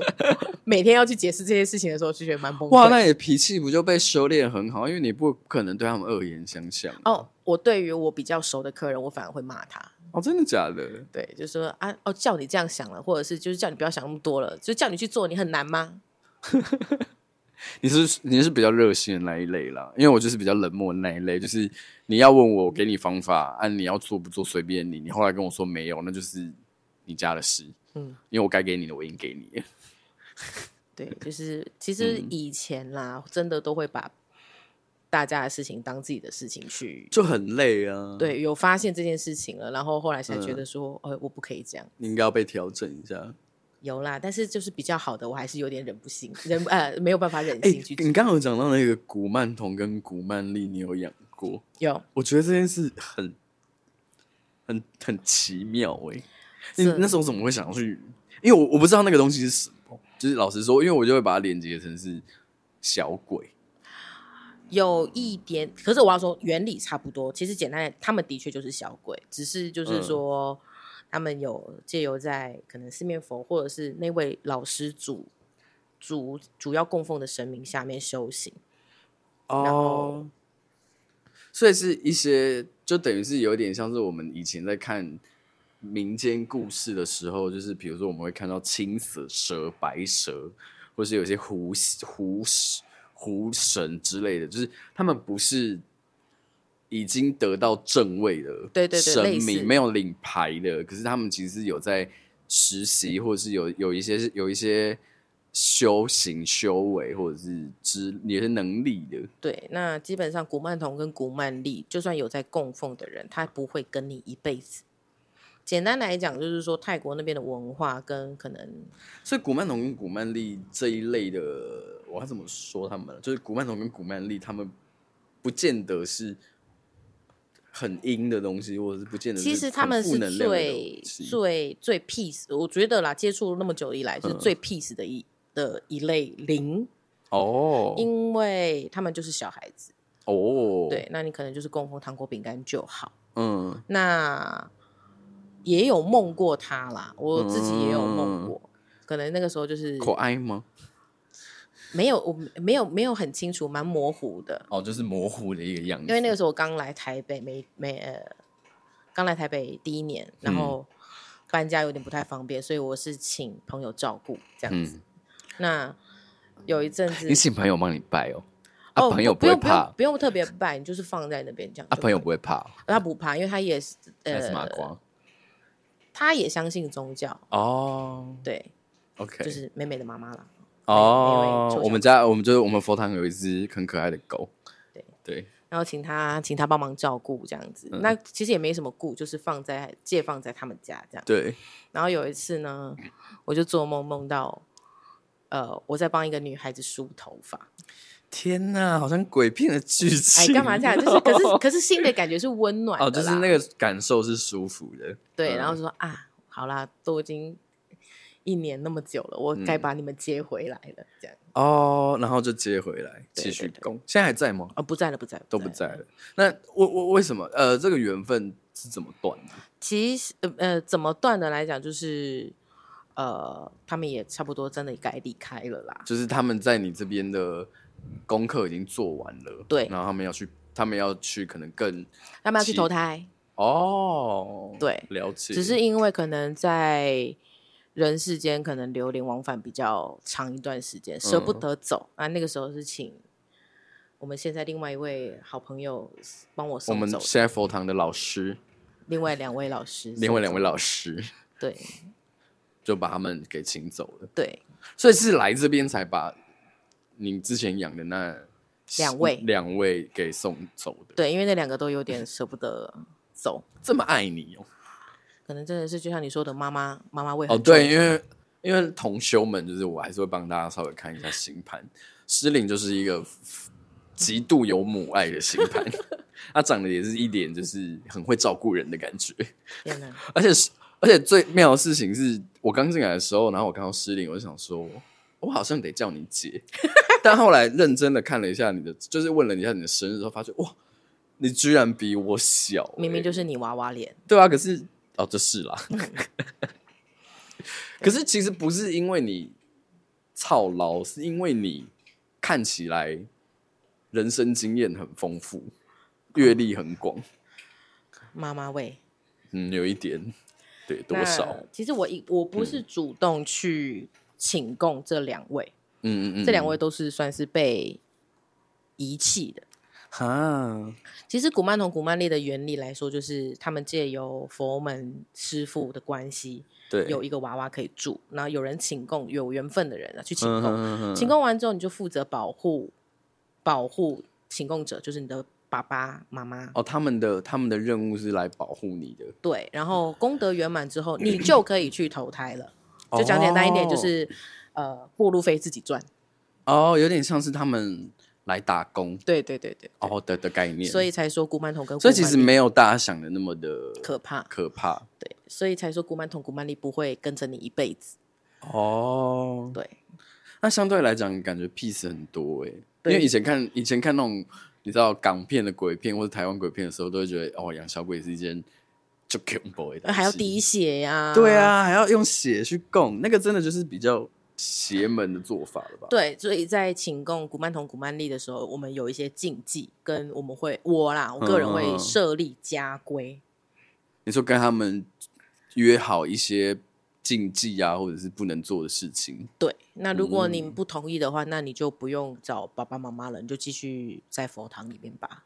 [SPEAKER 2] 每天要去解释这些事情的时候，就觉得蛮崩
[SPEAKER 1] 哇，
[SPEAKER 2] 溃。
[SPEAKER 1] 那你的脾气不就被修炼很好？因为你不可能对他们恶言相向哦
[SPEAKER 2] 哦，我对于我比较熟的客人，我反而会骂他。
[SPEAKER 1] 真的假的？
[SPEAKER 2] 对，就说啊，哦，叫你这样想了，或者是就是叫你不要想那么多了，就叫你去做，你很难吗？
[SPEAKER 1] 你是你是比较热心的那一类啦，因为我就是比较冷漠的那一类，就是你要问我，我给你方法，按、你要做不做随便你。你后来跟我说没有，那就是你家的事。嗯
[SPEAKER 2] 嗯，
[SPEAKER 1] 因为我该给你的我已经给你了。
[SPEAKER 2] 对，就是其实
[SPEAKER 1] 嗯
[SPEAKER 2] 以前啦，真的都会把大家的事情当自己的事情去。
[SPEAKER 1] 就很累啊。，
[SPEAKER 2] 对，有发现这件事情了，然后后来才觉
[SPEAKER 1] 嗯
[SPEAKER 2] 得说，呃、我不可以这样。
[SPEAKER 1] 你应该要被调整一下。
[SPEAKER 2] 有啦，但是就是比较好的，我还是有点忍不心，忍呃没有办法忍
[SPEAKER 1] 哎、
[SPEAKER 2] 心去做。
[SPEAKER 1] 你刚刚有讲到那个古曼童跟古曼丽，你有养过？
[SPEAKER 2] 有
[SPEAKER 1] 我觉得这件事很、很、很奇妙哎、
[SPEAKER 2] 是
[SPEAKER 1] 你那时候怎么会想要去？因为我我不知道那个东西是什么，就是老实说，因为我就会把它连接成是小鬼。
[SPEAKER 2] 有一点，可是我要说原理差不多。其实简单来，他们的确就是小鬼，只是就是
[SPEAKER 1] 嗯
[SPEAKER 2] 说、他们有借由在可能四面佛或者是那位老师主主主要供奉的神明下面修行。然后，
[SPEAKER 1] 哦所以是一些就等于是有点像是我们以前在看民间故事的时候，就是比如说我们会看到青色蛇、白蛇，或是有些狐狐狐神之类的，就是他们不是。已经得到正位的
[SPEAKER 2] 对对对
[SPEAKER 1] 神
[SPEAKER 2] 类似
[SPEAKER 1] 明没有领牌的，可是他们其实有在实习，
[SPEAKER 2] 嗯
[SPEAKER 1] 或者是有有一些有一些修行、修为，或者是知也是能力的。
[SPEAKER 2] 对，那基本上古曼童跟古曼丽，就算有在供奉的人，他不会跟你一辈子。简单来讲，就是说泰国那边的文化跟可能
[SPEAKER 1] 所以古曼童跟古曼丽这一类的，我要怎么说他们呢？就是古曼童跟古曼丽，他们不见得是很阴的东西，或者是不见得
[SPEAKER 2] 其实他们
[SPEAKER 1] 很
[SPEAKER 2] 是
[SPEAKER 1] 负能量的
[SPEAKER 2] 最
[SPEAKER 1] 东西
[SPEAKER 2] 最最 peace，我觉得啦，接触那么久以来
[SPEAKER 1] 嗯
[SPEAKER 2] 是最 peace 的一、的一类灵，
[SPEAKER 1] 哦
[SPEAKER 2] 因为他们就是小孩子，
[SPEAKER 1] 哦，
[SPEAKER 2] 对，，那你可能就是供奉糖果饼干就好。
[SPEAKER 1] 嗯，
[SPEAKER 2] 那也有梦过他啦，我自己也有梦
[SPEAKER 1] 嗯
[SPEAKER 2] 过，可能那个时候就是
[SPEAKER 1] 可爱吗？
[SPEAKER 2] 没有，我没有没有很清楚，蛮模糊的，
[SPEAKER 1] 哦，就是模糊的一个样子，
[SPEAKER 2] 因为那个时候我刚来台北，没没呃，刚来台北第一
[SPEAKER 1] 嗯
[SPEAKER 2] 年，然后搬家有点不太方便，所以我是请朋友照顾这样子。
[SPEAKER 1] 嗯
[SPEAKER 2] 那有一阵子
[SPEAKER 1] 你，请朋友帮你拜哦，啊，
[SPEAKER 2] 哦，
[SPEAKER 1] 朋友
[SPEAKER 2] 不
[SPEAKER 1] 会
[SPEAKER 2] 用不
[SPEAKER 1] 怕
[SPEAKER 2] 用不用特别拜，你就是放在那边这样
[SPEAKER 1] 啊，
[SPEAKER 2] 就
[SPEAKER 1] 朋友
[SPEAKER 2] 可以
[SPEAKER 1] 不会怕哦，
[SPEAKER 2] 他不怕，因为他也是
[SPEAKER 1] 那是麻
[SPEAKER 2] 呃，
[SPEAKER 1] 瓜
[SPEAKER 2] 他也相信宗教，
[SPEAKER 1] 哦
[SPEAKER 2] 对，
[SPEAKER 1] ，OK，
[SPEAKER 2] 就是美美的妈妈啦。
[SPEAKER 1] 哦
[SPEAKER 2] 因为，
[SPEAKER 1] 我们家我们就是我们佛堂有一只很可爱的狗，
[SPEAKER 2] 对
[SPEAKER 1] 对，
[SPEAKER 2] 然后请他请他帮忙照顾这样子，
[SPEAKER 1] 嗯
[SPEAKER 2] 那其实也没什么顾，就是放在借放在他们家这样。
[SPEAKER 1] 对，
[SPEAKER 2] 然后有一次呢，我就做梦梦到，呃，我在帮一个女孩子梳头发，
[SPEAKER 1] 天哪，好像鬼片的剧
[SPEAKER 2] 哎，
[SPEAKER 1] 情、
[SPEAKER 2] 干嘛这样？ 就是可是可是心里的感觉是温暖的
[SPEAKER 1] 哦，就是
[SPEAKER 2] 啦
[SPEAKER 1] 那个嗯感受是舒服的，
[SPEAKER 2] 对，然后说啊，好啦，都已经一年那么久了，我
[SPEAKER 1] 嗯
[SPEAKER 2] 该把你们接回来了，这样
[SPEAKER 1] 哦，然后就接回来
[SPEAKER 2] 对
[SPEAKER 1] 继续
[SPEAKER 2] 对对
[SPEAKER 1] 攻，现在还在吗？
[SPEAKER 2] 哦，不在了，不在了，
[SPEAKER 1] 都不在了。那我我为什么呃这个缘分是怎么断的？
[SPEAKER 2] 其实呃呃，怎么断的来讲，就是呃，他们也差不多真的该离开了啦。
[SPEAKER 1] 就是他们在你这边的功课已经做完了，
[SPEAKER 2] 对
[SPEAKER 1] 然后他们要去，他们要去可能更
[SPEAKER 2] 他们要去
[SPEAKER 1] 其
[SPEAKER 2] 投胎，
[SPEAKER 1] 哦，
[SPEAKER 2] 对
[SPEAKER 1] 了解，
[SPEAKER 2] 只是因为可能在人世间可能流连往返比较长一段时间，舍
[SPEAKER 1] 嗯
[SPEAKER 2] 不得走、啊。那个时候是请我们现在另外一位好朋友帮我
[SPEAKER 1] 我
[SPEAKER 2] 送
[SPEAKER 1] 们
[SPEAKER 2] 走，
[SPEAKER 1] 现在佛堂的老师，
[SPEAKER 2] 另外两位老师送走，
[SPEAKER 1] 另外两位老师
[SPEAKER 2] 对
[SPEAKER 1] 就把他们给请走了，
[SPEAKER 2] 对
[SPEAKER 1] 所以是来这边才把你之前养的那
[SPEAKER 2] 两位
[SPEAKER 1] 两位给送走的，
[SPEAKER 2] 对，因为那两个都有点舍不得走，
[SPEAKER 1] 这么爱你哦。
[SPEAKER 2] 可能真的是就像你说的，妈妈妈妈为
[SPEAKER 1] 哦，
[SPEAKER 2] 很
[SPEAKER 1] 对，
[SPEAKER 2] 重
[SPEAKER 1] 因为因为同修们，就是我还是会帮大家稍微看一下星盘。诗玲就是一个极度有母爱的星 盘，她长得也是一脸就是很会照顾人的感觉，
[SPEAKER 2] 天哪，
[SPEAKER 1] 而且是而且最妙的事情是我刚进来的时候，然后我看到诗玲，我就想说，我好像得叫你姐， 但后来认真的看了一下你的，就是问了一下你的生日之后，发觉哇，你居然比我小、
[SPEAKER 2] 明明
[SPEAKER 1] 欸
[SPEAKER 2] 就是你娃娃脸，
[SPEAKER 1] 对啊，可是哦，这是 啦。可是其实不是因为你操劳，是因为你看起来人生经验很丰富，阅历很广。
[SPEAKER 2] 妈妈味。
[SPEAKER 1] 嗯，有一点，对，多
[SPEAKER 2] 那
[SPEAKER 1] 少？嗯
[SPEAKER 2] 其实我一我不是主动去请供这两位，
[SPEAKER 1] 嗯嗯嗯，
[SPEAKER 2] 这两位都是算是被遗弃的。
[SPEAKER 1] 哈，
[SPEAKER 2] 其实古曼童、古曼丽的原理来说，就是他们借由佛门师傅的关系，
[SPEAKER 1] 对，
[SPEAKER 2] 有一个娃娃可以住，然后有人请供，有缘分的人啊去请
[SPEAKER 1] 嗯
[SPEAKER 2] 供，
[SPEAKER 1] 嗯
[SPEAKER 2] 请供完之后，你就负责保护保护请供者，就是你的爸爸妈妈。
[SPEAKER 1] 哦，他们的他们的任务是来保护你的，
[SPEAKER 2] 对，然后功德圆满之后，你就可以去投胎 了。就讲简单一点，就是、呃，过路费自己赚。
[SPEAKER 1] 哦，有点像是他们来打工
[SPEAKER 2] 对对对对，
[SPEAKER 1] 哦的的概念，
[SPEAKER 2] 所以才说古曼童跟
[SPEAKER 1] 所以
[SPEAKER 2] 古
[SPEAKER 1] 其
[SPEAKER 2] 曼
[SPEAKER 1] 实
[SPEAKER 2] 丽
[SPEAKER 1] 没有大家想的那么的
[SPEAKER 2] 可怕，
[SPEAKER 1] 可怕
[SPEAKER 2] 对，所以才说古曼童、古曼丽不会跟着你一辈子。
[SPEAKER 1] 哦。
[SPEAKER 2] 对，
[SPEAKER 1] 那相对来讲，感觉 peace 很多哎、
[SPEAKER 2] 对
[SPEAKER 1] 因为以前看以前看那种你知道港片的鬼片或者台湾鬼片的时候，都会觉得哦，养小鬼是一件就 boy 的，
[SPEAKER 2] 还要滴血呀、
[SPEAKER 1] 对，啊，还要用血去供，那个真的就是比较邪门的做法了吧？
[SPEAKER 2] 对，所以在请供古曼童、古曼丽的时候，我们有一些禁忌，跟我们会我啦，我个人
[SPEAKER 1] 嗯嗯
[SPEAKER 2] 会
[SPEAKER 1] 嗯
[SPEAKER 2] 设立家规。
[SPEAKER 1] 你说跟他们约好一些禁忌啊，或者是不能做的事情，
[SPEAKER 2] 对，那如果
[SPEAKER 1] 嗯
[SPEAKER 2] 你不同意的话，那你就不用找爸爸妈妈了，你就继续在佛堂里面吧。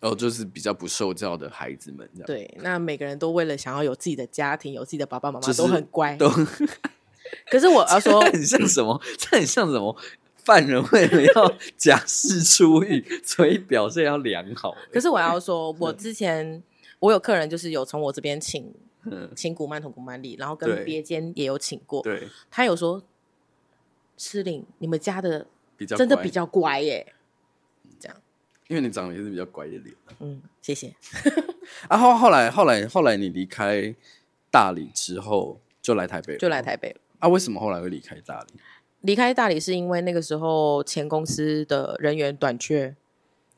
[SPEAKER 1] 哦，就是比较不受教的孩子们这样。
[SPEAKER 2] 对，那每个人都为了想要有自己的家庭，有自己的爸爸妈妈，
[SPEAKER 1] 就是
[SPEAKER 2] 都很乖。
[SPEAKER 1] 都，
[SPEAKER 2] 可是我要啊说
[SPEAKER 1] 很像什么？这很像什么？犯人为了要假释出狱，所以表现要良好。
[SPEAKER 2] 可是我要说，我之前我有客人就是有从我这边请
[SPEAKER 1] 嗯，
[SPEAKER 2] 请古曼童、古曼丽，然后
[SPEAKER 1] 对
[SPEAKER 2] 跟别间也有请过，
[SPEAKER 1] 对，
[SPEAKER 2] 他有说，诗玲，你们家的
[SPEAKER 1] 比较
[SPEAKER 2] 真的
[SPEAKER 1] 乖
[SPEAKER 2] 比，较乖耶。这样，
[SPEAKER 1] 因为你长得也是比较乖的脸。
[SPEAKER 2] 嗯，谢谢。
[SPEAKER 1] 啊，后后来后来后来你离开大理之后，就来台北了，
[SPEAKER 2] 就来台北了。
[SPEAKER 1] 啊？为什么后来会离开大理？
[SPEAKER 2] 离开大理是因为那个时候前公司的人员短缺，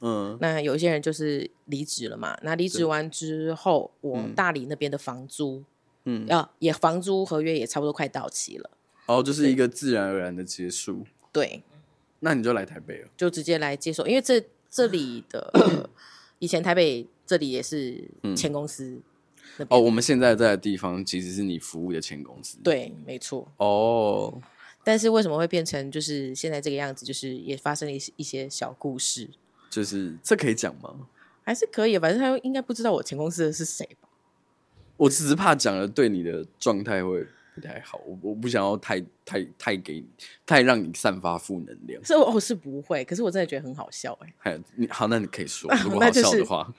[SPEAKER 1] 嗯，
[SPEAKER 2] 那有一些人就是离职了嘛。那离职完之后，我
[SPEAKER 1] 嗯
[SPEAKER 2] 大理那边的房租，
[SPEAKER 1] 嗯
[SPEAKER 2] 啊，也房租合约也差不多快到期了。
[SPEAKER 1] 哦，就是一个自然而然的结束。
[SPEAKER 2] 对，
[SPEAKER 1] 那你就来台北了，
[SPEAKER 2] 就直接来接受，因为这这里的 呃以前台北这里也是
[SPEAKER 1] 嗯
[SPEAKER 2] 前公司那
[SPEAKER 1] 哦，
[SPEAKER 2] 边，
[SPEAKER 1] 我们现在在的地方其实是你服务的前公司。，
[SPEAKER 2] 对，没错。
[SPEAKER 1] 哦，
[SPEAKER 2] 但是为什么会变成就是现在这个样子？就是也发生了一些一些小故事，
[SPEAKER 1] 就是这可以讲吗？
[SPEAKER 2] 还是可以，反正他应该不知道我前公司的是谁吧？
[SPEAKER 1] 我只是怕讲了对你的状态会不太好，我我不想要太太太给你太让你散发负能量。
[SPEAKER 2] 所以我哦是不会，可是我真的觉得很好笑哎、，
[SPEAKER 1] 还有你好，那你可以说如果
[SPEAKER 2] 啊那
[SPEAKER 1] 好
[SPEAKER 2] 就是
[SPEAKER 1] 笑的话，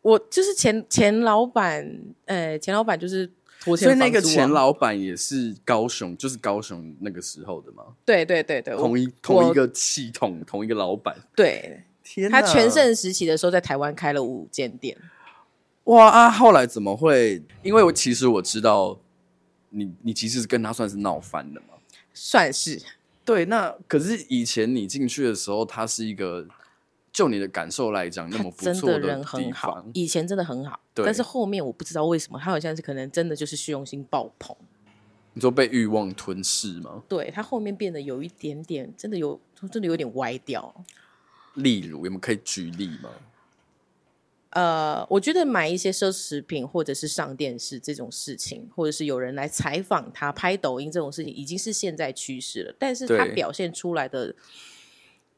[SPEAKER 2] 我就是前前老板，呃，前老板就是拖欠
[SPEAKER 1] 所以那
[SPEAKER 2] 房
[SPEAKER 1] 个
[SPEAKER 2] 租啊
[SPEAKER 1] 前老板也是高雄，就是高雄那个时候的嘛，
[SPEAKER 2] 对对对对，我
[SPEAKER 1] 同一同一个系统，同一个老板。
[SPEAKER 2] 对
[SPEAKER 1] 天
[SPEAKER 2] 他全盛时期的时候在台湾开了五间店，
[SPEAKER 1] 哇啊！后来怎么会？因为我其实我知道你，你其实跟他算是闹翻的嘛。
[SPEAKER 2] 算是
[SPEAKER 1] 对，那可是以前你进去的时候，他是一个就你的感受来讲那
[SPEAKER 2] 他
[SPEAKER 1] 么不
[SPEAKER 2] 真
[SPEAKER 1] 错
[SPEAKER 2] 的人
[SPEAKER 1] 地
[SPEAKER 2] 很
[SPEAKER 1] 地
[SPEAKER 2] 好
[SPEAKER 1] 方，，
[SPEAKER 2] 以前真的很好，
[SPEAKER 1] 对
[SPEAKER 2] 但是后面我不知道为什么，他好像是可能真的就是虚荣心爆棚，
[SPEAKER 1] 你说被欲望吞噬吗？
[SPEAKER 2] 对他后面变得有一点点，真的有真的有点歪掉。
[SPEAKER 1] 例如，我们可以举例吗？
[SPEAKER 2] 呃，我觉得买一些奢侈品或者是上电视这种事情，或者是有人来采访他、拍抖音这种事情，已经是现在趋势了。但是他
[SPEAKER 1] 对
[SPEAKER 2] 表现出来的，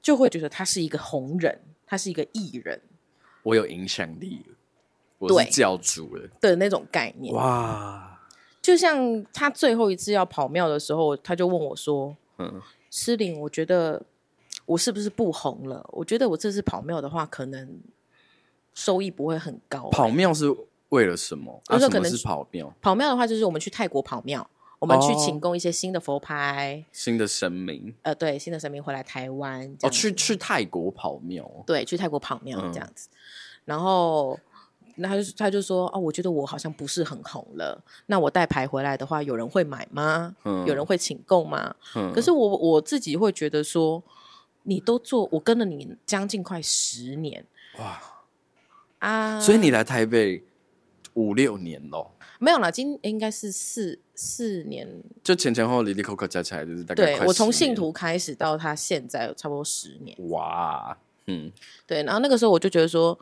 [SPEAKER 2] 就会觉得他是一个红人，他是一个艺人
[SPEAKER 1] 我有影响力了，我是
[SPEAKER 2] 对
[SPEAKER 1] 教主了，
[SPEAKER 2] 的那种概念。
[SPEAKER 1] 哇，
[SPEAKER 2] 就像他最后一次要跑庙的时候，他就问我说
[SPEAKER 1] 嗯，：“
[SPEAKER 2] 诗玲，我觉得我是不是不红了？我觉得我这次跑庙的话，可能收益不会很高、
[SPEAKER 1] 跑庙是为了什么？
[SPEAKER 2] 我
[SPEAKER 1] 啊，什
[SPEAKER 2] 说可
[SPEAKER 1] 么
[SPEAKER 2] 能
[SPEAKER 1] 是跑庙？
[SPEAKER 2] 跑庙的话，就是我们去泰国跑庙，我们去
[SPEAKER 1] 哦
[SPEAKER 2] 请供一些新的佛牌，
[SPEAKER 1] 新的神明
[SPEAKER 2] 呃，对，新的神明回来台湾，这
[SPEAKER 1] 哦，
[SPEAKER 2] 样子
[SPEAKER 1] 去去泰国跑庙哦，
[SPEAKER 2] 对，去泰国跑庙
[SPEAKER 1] 嗯
[SPEAKER 2] 这样子。然后，那他就他就说，哦，我觉得我好像不是很红了。那我带牌回来的话，有人会买吗？
[SPEAKER 1] 嗯
[SPEAKER 2] 有人会请购吗？
[SPEAKER 1] 嗯
[SPEAKER 2] 可是我我自己会觉得说，你都做，我跟了你将近快十年
[SPEAKER 1] 哇，
[SPEAKER 2] 啊，
[SPEAKER 1] 所以你来台北五六年咯，
[SPEAKER 2] 没有啦，今应该是四四年
[SPEAKER 1] 就前前后后里里扣扣加起来就是大概
[SPEAKER 2] 对
[SPEAKER 1] 快
[SPEAKER 2] 我从
[SPEAKER 1] 10
[SPEAKER 2] 信
[SPEAKER 1] 年
[SPEAKER 2] 徒开始到他现在，差不多十年。
[SPEAKER 1] 哇，嗯，
[SPEAKER 2] 对，然后那个时候我就觉得说，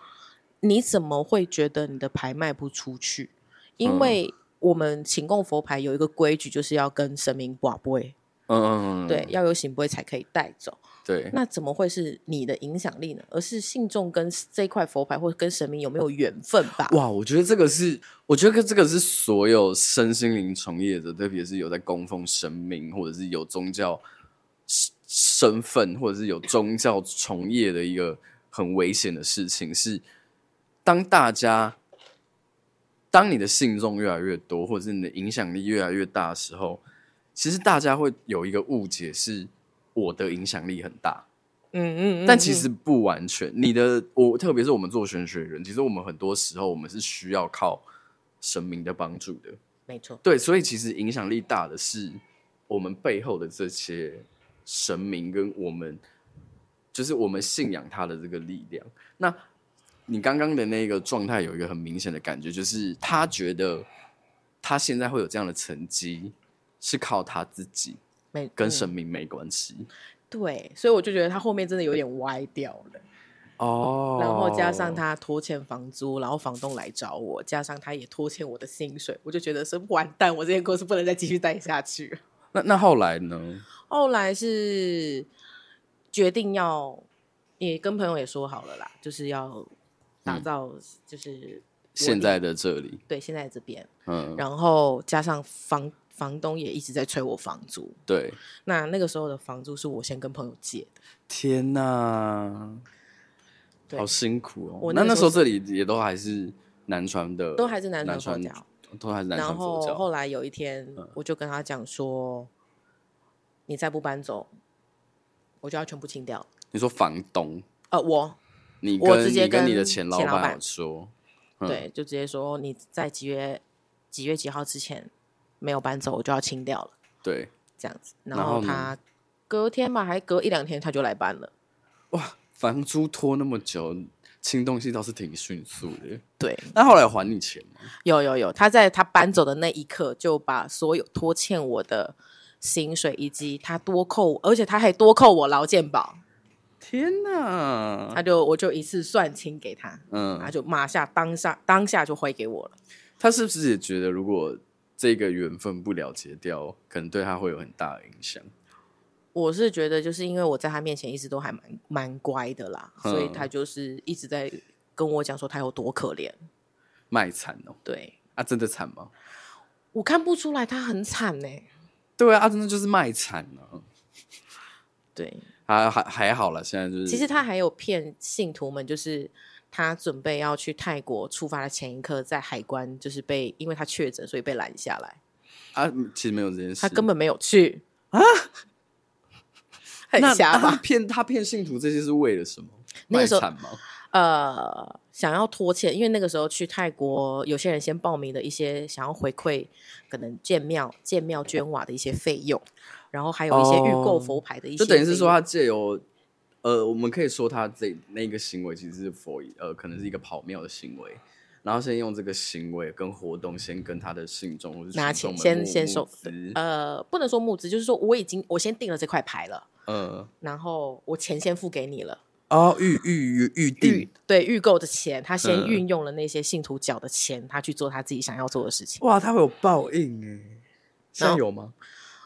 [SPEAKER 2] 你怎么会觉得你的牌卖不出去？因
[SPEAKER 1] 嗯
[SPEAKER 2] 为我们请供佛牌有一个规矩，就是要跟神明挂杯，
[SPEAKER 1] 嗯，
[SPEAKER 2] 对，要有醒杯才可以带走。
[SPEAKER 1] 对，
[SPEAKER 2] 那怎么会是你的影响力呢？而是信众跟这块佛牌或者跟神明有没有缘分吧？
[SPEAKER 1] 哇，我觉得这个是，我觉得这个是所有身心灵从业者，特别是有在供奉神明或者是有宗教身身份，或者是有宗教从业的一个很危险的事情，是当大家。当你的信众越来越多，或者是你的影响力越来越大的时候，其实大家会有一个误解，是我的影响力很大，
[SPEAKER 2] 嗯嗯嗯，
[SPEAKER 1] 但其
[SPEAKER 2] 嗯
[SPEAKER 1] 实不完全。你的我，特别是我们做玄学的人，其实我们很多时候我们是需要靠神明的帮助的。
[SPEAKER 2] 没错，
[SPEAKER 1] 对，所以其实影响力大的是我们背后的这些神明跟我们，就是我们信仰他的这个力量。那你刚刚的那个状态有一个很明显的感觉，就是他觉得他现在会有这样的成绩，是靠他自己，
[SPEAKER 2] 没
[SPEAKER 1] 跟
[SPEAKER 2] 嗯
[SPEAKER 1] 神明没关系。
[SPEAKER 2] 对，所以我就觉得他后面真的有点歪掉了。
[SPEAKER 1] 哦
[SPEAKER 2] 然后加上他拖欠房租，然后房东来找我，加上他也拖欠我的薪水，我就觉得是完蛋，我这间公司不能再继续待下去。
[SPEAKER 1] 那那后来呢？
[SPEAKER 2] 后来是决定要，也跟朋友也说好了啦，就是要打
[SPEAKER 1] 嗯
[SPEAKER 2] 造，就是
[SPEAKER 1] 现在的这里，
[SPEAKER 2] 对现在这边，
[SPEAKER 1] 嗯，
[SPEAKER 2] 然后加上房房东也一直在催我房租，
[SPEAKER 1] 对，
[SPEAKER 2] 那那个时候的房租是我先跟朋友借的，
[SPEAKER 1] 天哪，
[SPEAKER 2] 对
[SPEAKER 1] 好辛苦哦。
[SPEAKER 2] 我
[SPEAKER 1] 那
[SPEAKER 2] 那个
[SPEAKER 1] 那
[SPEAKER 2] 时
[SPEAKER 1] 时
[SPEAKER 2] 候
[SPEAKER 1] 候这里也都还是南传的，
[SPEAKER 2] 都还是男
[SPEAKER 1] 南
[SPEAKER 2] 生
[SPEAKER 1] 传
[SPEAKER 2] 佛教。，
[SPEAKER 1] 都还是南
[SPEAKER 2] 然
[SPEAKER 1] 传
[SPEAKER 2] 后
[SPEAKER 1] 佛
[SPEAKER 2] 后
[SPEAKER 1] 教。
[SPEAKER 2] 来有一天，我就跟他讲说：“你再不搬走，我就要全部清掉。
[SPEAKER 1] 你说房东，”
[SPEAKER 2] 呃，我、
[SPEAKER 1] 你
[SPEAKER 2] 我
[SPEAKER 1] 跟
[SPEAKER 2] 直接
[SPEAKER 1] 你跟
[SPEAKER 2] 跟
[SPEAKER 1] 你的前老
[SPEAKER 2] 前老板
[SPEAKER 1] 板说，嗯
[SPEAKER 2] 对，就直接说你在几月几月几号之前没有搬走，我就要清掉了，
[SPEAKER 1] 对，
[SPEAKER 2] 这样子。然
[SPEAKER 1] 然
[SPEAKER 2] 后
[SPEAKER 1] 后呢
[SPEAKER 2] 他隔天吧，还隔一两天他就来搬了。
[SPEAKER 1] 哇，房租拖那么久，清东西倒是挺迅速的。
[SPEAKER 2] 对，
[SPEAKER 1] 那后来还你钱吗？
[SPEAKER 2] 有有有，他在他搬走的那一刻就把所有拖欠我的薪水以及他多扣我，而且他还多扣我劳健保，
[SPEAKER 1] 天哪，
[SPEAKER 2] 他就我就一次算清给他。他
[SPEAKER 1] 啊嗯，
[SPEAKER 2] 就马下当下当下就汇给我了。
[SPEAKER 1] 他是不是也觉得如果这个缘分不了结掉，可能对他会有很大的影响？
[SPEAKER 2] 我是觉得，就是因为我在他面前一直都还蛮蛮乖的啦，
[SPEAKER 1] 嗯
[SPEAKER 2] 所以他就是一直在跟我讲说他有多可怜。
[SPEAKER 1] 卖惨哦，
[SPEAKER 2] 对
[SPEAKER 1] 啊，真的惨吗？
[SPEAKER 2] 我看不出来他很惨呢、
[SPEAKER 1] 对啊，啊真的就是卖惨了、
[SPEAKER 2] 对，
[SPEAKER 1] 啊，还还还好了，现在就是
[SPEAKER 2] 其实他还有骗信徒们，就是他准备要去泰国出发的前一刻，在海关就是被因为他确诊，所以被拦下来。
[SPEAKER 1] 啊，其实没有这件事，
[SPEAKER 2] 他根本没有去啊，
[SPEAKER 1] 那
[SPEAKER 2] 很瞎
[SPEAKER 1] 那
[SPEAKER 2] 吧
[SPEAKER 1] 他？骗他骗信徒这些是为了什么？
[SPEAKER 2] 那个
[SPEAKER 1] 卖
[SPEAKER 2] 时候
[SPEAKER 1] 惨吗？
[SPEAKER 2] 呃，想要拖欠，因为那个时候去泰国，有些人先报名的一些想要回馈，可能建庙、建庙捐瓦的一些费用，然后还有一些预购
[SPEAKER 1] 哦
[SPEAKER 2] 佛牌的一些
[SPEAKER 1] 就
[SPEAKER 2] 费用、
[SPEAKER 1] 等于是说他借由呃，我们可以说他这呃那个行为其实是佛呃，可能是一个跑庙的行为。然后先用这个行为跟活动，先跟他的信众或者
[SPEAKER 2] 拿
[SPEAKER 1] 群
[SPEAKER 2] 钱
[SPEAKER 1] 众们
[SPEAKER 2] 先
[SPEAKER 1] 募
[SPEAKER 2] 先
[SPEAKER 1] 募
[SPEAKER 2] 收
[SPEAKER 1] 资，
[SPEAKER 2] 呃，不能说募资，就是说我已经我先订了这块牌了，
[SPEAKER 1] 呃
[SPEAKER 2] 然后我钱先付给你了，
[SPEAKER 1] 哦，预预预预
[SPEAKER 2] 预
[SPEAKER 1] 定，
[SPEAKER 2] 对预购的钱，他先
[SPEAKER 1] 嗯
[SPEAKER 2] 运用了那些信徒缴的钱，他去做他自己想要做的事情。
[SPEAKER 1] 哇，它会有报应哎，现在有吗？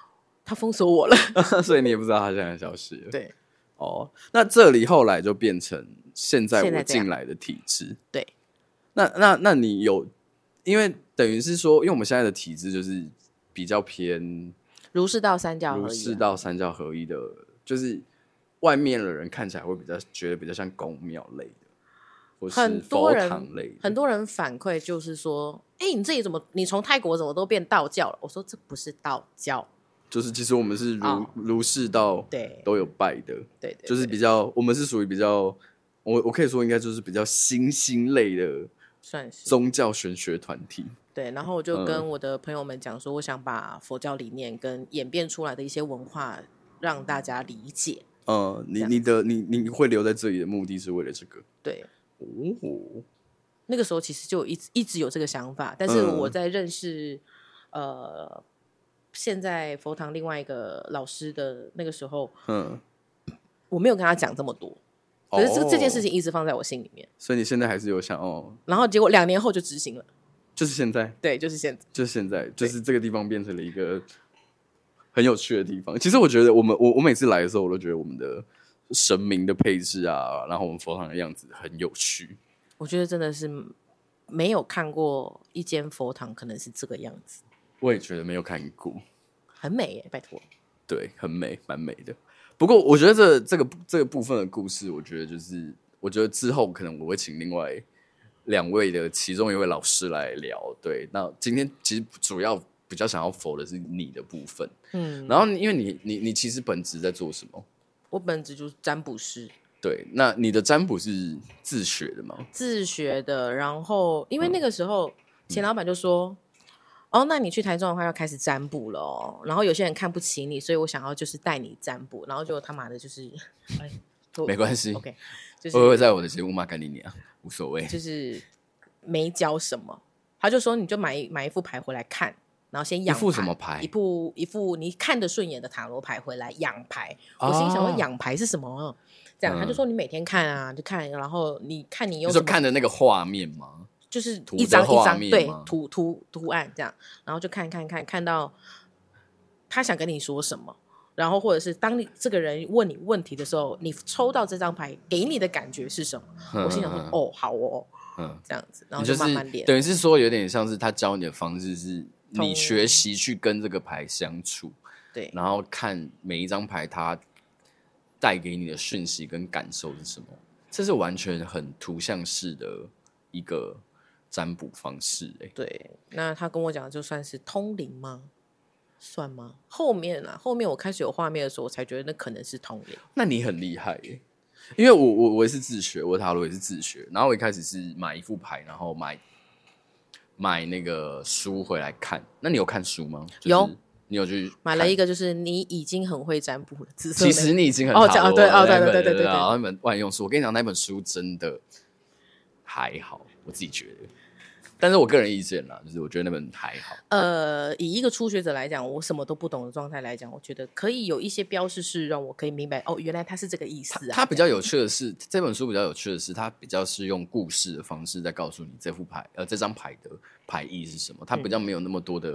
[SPEAKER 2] 他封锁我了，
[SPEAKER 1] 所以你也不知道它现在消失了。
[SPEAKER 2] 对
[SPEAKER 1] 哦，那这里后来就变成现在
[SPEAKER 2] 现
[SPEAKER 1] 我
[SPEAKER 2] 在这样
[SPEAKER 1] 进来的体制。
[SPEAKER 2] 对，
[SPEAKER 1] 那那那你有，因为等于是说，因为我们现在的体制就是比较偏
[SPEAKER 2] 儒释道三教合一啊，
[SPEAKER 1] 儒释道三教合一的，就是外面的人看起来会比较觉得比较像宫庙类的，或是
[SPEAKER 2] 很多
[SPEAKER 1] 佛
[SPEAKER 2] 人
[SPEAKER 1] 堂类的。
[SPEAKER 2] 很多人反馈就是说，哎、你自己怎么，你从泰国怎么都变道教了？我说这不是道教，
[SPEAKER 1] 就是其实我们是儒、
[SPEAKER 2] 哦
[SPEAKER 1] 儒释道
[SPEAKER 2] 对
[SPEAKER 1] 都有拜的，
[SPEAKER 2] 对对，
[SPEAKER 1] 就是
[SPEAKER 2] 对
[SPEAKER 1] 比较我们是属于比较，我我可以说应该就是比较新兴类的
[SPEAKER 2] 算是
[SPEAKER 1] 宗教玄学团体。
[SPEAKER 2] 对。然后我就跟
[SPEAKER 1] 嗯
[SPEAKER 2] 我的朋友们讲说，我想把佛教理念跟演变出来的一些文化让大家理解。
[SPEAKER 1] 呃，你
[SPEAKER 2] 这样
[SPEAKER 1] 你的你你会留在这里的目的是为了这个
[SPEAKER 2] 对，
[SPEAKER 1] 哦，
[SPEAKER 2] 那个时候其实就一直一直有这个想法，但是
[SPEAKER 1] 嗯
[SPEAKER 2] 我在认识、呃现在佛堂另外一个老师的那个时候，
[SPEAKER 1] 嗯，
[SPEAKER 2] 我没有跟他讲这么多，可是这、这件事
[SPEAKER 1] 哦，
[SPEAKER 2] 情一直放在我心里面。
[SPEAKER 1] 所以你现在还是有想哦，
[SPEAKER 2] 然后结果两年后就执行了，
[SPEAKER 1] 就是现在，
[SPEAKER 2] 对，就是现在。
[SPEAKER 1] 就是现在，就是这个地方变成了一个很有趣的地方。其实我觉得我们我我每次来的时候，我都觉得我们的神明的配置啊，然后我们佛堂的样子很有趣。
[SPEAKER 2] 我觉得真的是没有看过一间佛堂可能是这个样子，
[SPEAKER 1] 我也觉得没有看过，
[SPEAKER 2] 很美耶，拜托。
[SPEAKER 1] 对，很美，蛮美的。不过我觉得这这个这个部分的故事，我觉得就是，我觉得之后可能我会请另外两位的其中一位老师来聊。对，那今天其实主要比较想要否的是你的部分，
[SPEAKER 2] 嗯，
[SPEAKER 1] 然后因为你你你其实本职在做什么？
[SPEAKER 2] 我本职就是占卜师，
[SPEAKER 1] 对，那你的占卜是自学的吗？
[SPEAKER 2] 自学的。然后因为那个时候钱老板就说。哦，那你去台中的话要开始占卜了哦。然后有些人看不起你，所以我想要就是带你占卜。然后结果他妈的就是，哎，我
[SPEAKER 1] 没关系，呃
[SPEAKER 2] OK，就是
[SPEAKER 1] 我会在我的节目骂干你娘，无所谓。
[SPEAKER 2] 就是没教什么，他就说你就买一买一副牌回来看，然后先
[SPEAKER 1] 一
[SPEAKER 2] 养
[SPEAKER 1] 副什么牌
[SPEAKER 2] 一副一副你看得顺眼的塔罗牌回来养牌。我心里想
[SPEAKER 1] 哦嗯
[SPEAKER 2] 说养牌是什么？这样他就说你每天看啊，就看，然后你看你
[SPEAKER 1] 你
[SPEAKER 2] 有什
[SPEAKER 1] 说
[SPEAKER 2] 么，
[SPEAKER 1] 看的那个画面吗？
[SPEAKER 2] 就是
[SPEAKER 1] 图
[SPEAKER 2] 一
[SPEAKER 1] 的
[SPEAKER 2] 张一
[SPEAKER 1] 画
[SPEAKER 2] 张
[SPEAKER 1] 面
[SPEAKER 2] 对
[SPEAKER 1] 吗
[SPEAKER 2] 图图图案这样，然后就看看看看到他想跟你说什么。然后，或者是当你这个人问你问题的时候，你抽到这张牌给你的感觉是什么？我心想说，哦，好哦，
[SPEAKER 1] 嗯，
[SPEAKER 2] 这样子，然
[SPEAKER 1] 你
[SPEAKER 2] 后
[SPEAKER 1] 就
[SPEAKER 2] 慢
[SPEAKER 1] 是
[SPEAKER 2] 慢练。
[SPEAKER 1] 等于是说，有点像是他教你的方式是，你
[SPEAKER 2] 从
[SPEAKER 1] 学习去跟这个牌相处，
[SPEAKER 2] 对
[SPEAKER 1] 然后看每一张牌它带给你的讯息跟感受是什么，这是完全很图像式的一个占卜方式、欸。
[SPEAKER 2] 对，那他跟我讲，就算是通灵吗？算吗？后面啊，后面我开始有画面的时候，我才觉得那可能是通灵。
[SPEAKER 1] 那你很厉害耶、因为我我我也是自学，我塔罗也是自学。然后我一开始是买一副牌，然后买买那个书回来看。那你有看书吗？就是
[SPEAKER 2] 有，
[SPEAKER 1] 你有去
[SPEAKER 2] 买了
[SPEAKER 1] 看
[SPEAKER 2] 一个，就是你已经很会占卜了，紫
[SPEAKER 1] 其
[SPEAKER 2] 色那
[SPEAKER 1] 实你已经很
[SPEAKER 2] 哦
[SPEAKER 1] 塔罗
[SPEAKER 2] 讲对
[SPEAKER 1] 了
[SPEAKER 2] 哦
[SPEAKER 1] 那
[SPEAKER 2] 对对
[SPEAKER 1] 本
[SPEAKER 2] 对对对
[SPEAKER 1] 然后那本万用书，我跟你讲，那本书真的还好，我自己觉得。但是我个人意见啦，就是我觉得那本还好。
[SPEAKER 2] 呃，以一个初学者来讲，我什么都不懂的状态来讲，我觉得可以有一些标示是让我可以明白哦，原来他是这个意思啊。
[SPEAKER 1] 它比较有趣的是，这本书比较有趣的是，它比较是用故事的方式在告诉你这副牌，呃，这张牌的牌意是什么。它
[SPEAKER 2] 嗯
[SPEAKER 1] 比较没有那么多的，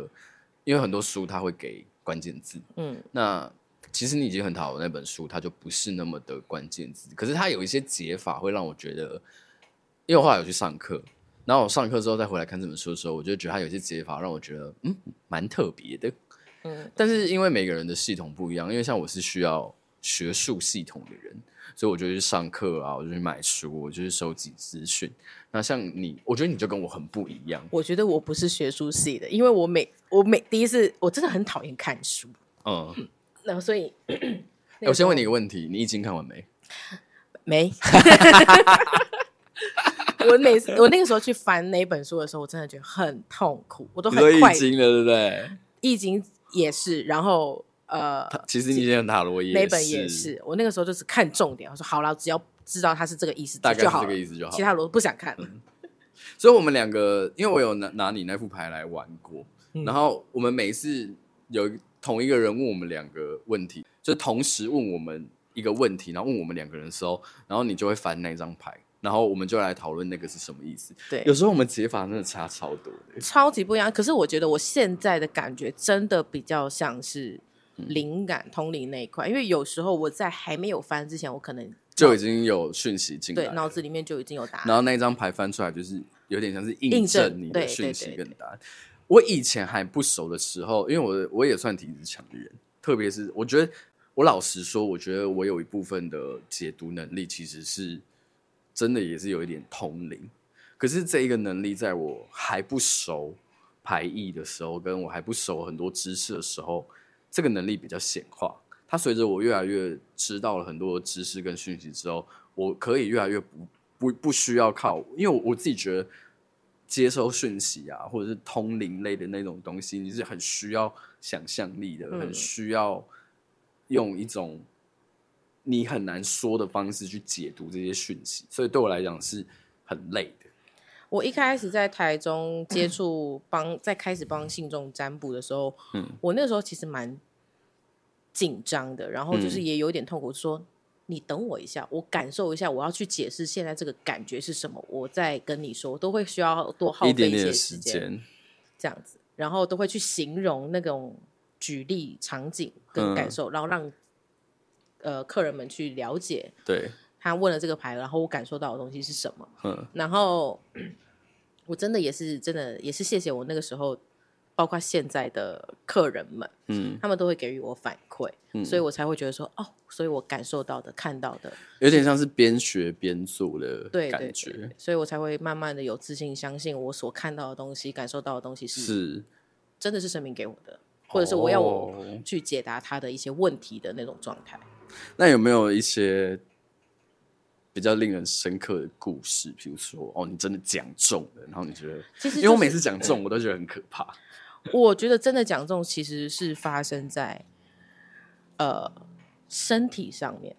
[SPEAKER 1] 因为很多书它会给关键字，
[SPEAKER 2] 嗯，
[SPEAKER 1] 那其实你已经很讨厌那本书，它就不是那么的关键字。可是它有一些解法会让我觉得，因为我后来有去上课，然后我上课之后再回来看这本书的时候，我就觉得它有一些解法让我觉得，嗯，蛮特别的。
[SPEAKER 2] 嗯，
[SPEAKER 1] 但是因为每个人的系统不一样，因为像我是需要学术系统的人，所以我就去上课啊，我就去买书，我就去收集资讯。那像你，我觉得你就跟我很不一样，
[SPEAKER 2] 我觉得我不是学术系的，因为我每我每第一次我真的很讨厌看书，
[SPEAKER 1] 嗯。 哎
[SPEAKER 2] 然后所以那个时候
[SPEAKER 1] 我先问你一个问题，你已经看完没？
[SPEAKER 2] 没。我每次我那个时候去翻那一本书的时候，我真的觉得很痛苦，我都很
[SPEAKER 1] 你
[SPEAKER 2] 快
[SPEAKER 1] 已。经了，对不对？
[SPEAKER 2] 易经也是，然后呃，
[SPEAKER 1] 其实你以前塔罗也
[SPEAKER 2] 那本也，是，我那个时候就是看重点，我说好了，只要知道它是这个意思
[SPEAKER 1] 大概
[SPEAKER 2] 就是好
[SPEAKER 1] 这个
[SPEAKER 2] 了
[SPEAKER 1] 意思就好嗯
[SPEAKER 2] 其。他我都不想看了。
[SPEAKER 1] 所以我们两个，因为我有拿拿你那副牌来玩过，
[SPEAKER 2] 嗯
[SPEAKER 1] 然后我们每次有一同一个人问我们两个问题，就同时问我们一个问题，然后问我们两个人的时候，然后你就会翻那张牌，然后我们就来讨论那个是什么意思。
[SPEAKER 2] 对
[SPEAKER 1] 有，时候我们解法真的差超多的，
[SPEAKER 2] 超级不一样。可是我觉得我现在的感觉真的比较像是
[SPEAKER 1] 嗯
[SPEAKER 2] 灵感、通灵那一块，因为有时候我在还没有翻之前，我可能
[SPEAKER 1] 就已经有讯息进来
[SPEAKER 2] 对
[SPEAKER 1] 了，
[SPEAKER 2] 脑子里面就已经有答
[SPEAKER 1] 然
[SPEAKER 2] 案。
[SPEAKER 1] 后那张牌翻出来就是有点像是印
[SPEAKER 2] 印证
[SPEAKER 1] 证你
[SPEAKER 2] 对
[SPEAKER 1] 的
[SPEAKER 2] 对
[SPEAKER 1] 讯
[SPEAKER 2] 对
[SPEAKER 1] 息
[SPEAKER 2] 对
[SPEAKER 1] 跟答案。我以前还不熟的时候，因为我我也算体质强的人，特别是我觉得我老实说，我觉得我有一部分的解读能力其实是真的也是有一点通灵，可是这一个能力在我还不熟排异的时候，跟我还不熟很多知识的时候，这个能力比较显化。它随着我越来越知道了很多知识跟讯息之后，我可以越来越不不不需要靠，因为我我自己觉得接收讯息啊，或者是通灵类的那种东西，你是很需要想象力的，
[SPEAKER 2] 嗯
[SPEAKER 1] 很需要用一种你很难说的方式去解读这些讯息，所以对我来讲是很累的。
[SPEAKER 2] 我一开始在台中接触帮，在开始帮信众占卜的时候，
[SPEAKER 1] 嗯
[SPEAKER 2] 我那时候其实蛮紧张的，然后就是
[SPEAKER 1] 嗯
[SPEAKER 2] 也有点痛苦，说。你等我一下，我感受一下，我要去解释现在这个感觉是什么，我再跟你说，都会需要多耗费
[SPEAKER 1] 一点点
[SPEAKER 2] 些
[SPEAKER 1] 的时
[SPEAKER 2] 间。
[SPEAKER 1] 间，
[SPEAKER 2] 这样子，然后都会去形容那种举例场景跟
[SPEAKER 1] 嗯
[SPEAKER 2] 感受，然后让呃客人们去了解
[SPEAKER 1] 对，
[SPEAKER 2] 他问了这个牌，然后我感受到的东西是什么。
[SPEAKER 1] 嗯
[SPEAKER 2] 然后我真的也是真的也是谢谢我那个时候，包括现在的客人们，
[SPEAKER 1] 嗯，
[SPEAKER 2] 他们都会给予我反馈，
[SPEAKER 1] 嗯
[SPEAKER 2] 所以我才会觉得说哦，所以我感受到的、看到的，
[SPEAKER 1] 有点像是边学边做的
[SPEAKER 2] 对对嗯
[SPEAKER 1] 感
[SPEAKER 2] 对
[SPEAKER 1] 觉，
[SPEAKER 2] 对所以我才会慢慢的有自信，相信我所看到的东西、感受到的东西是
[SPEAKER 1] 是，
[SPEAKER 2] 真的是神明给我的，或者是我要我
[SPEAKER 1] 哦
[SPEAKER 2] 去解答他的一些问题的那种状态。
[SPEAKER 1] 那有没有一些比较令人深刻的故事？比如说，哦，你真的讲中了，然后你觉得，
[SPEAKER 2] 其实、
[SPEAKER 1] 因为我每次，讲中，我都觉得很可怕。
[SPEAKER 2] 我觉得真的讲这种其实是发生在呃身体上面。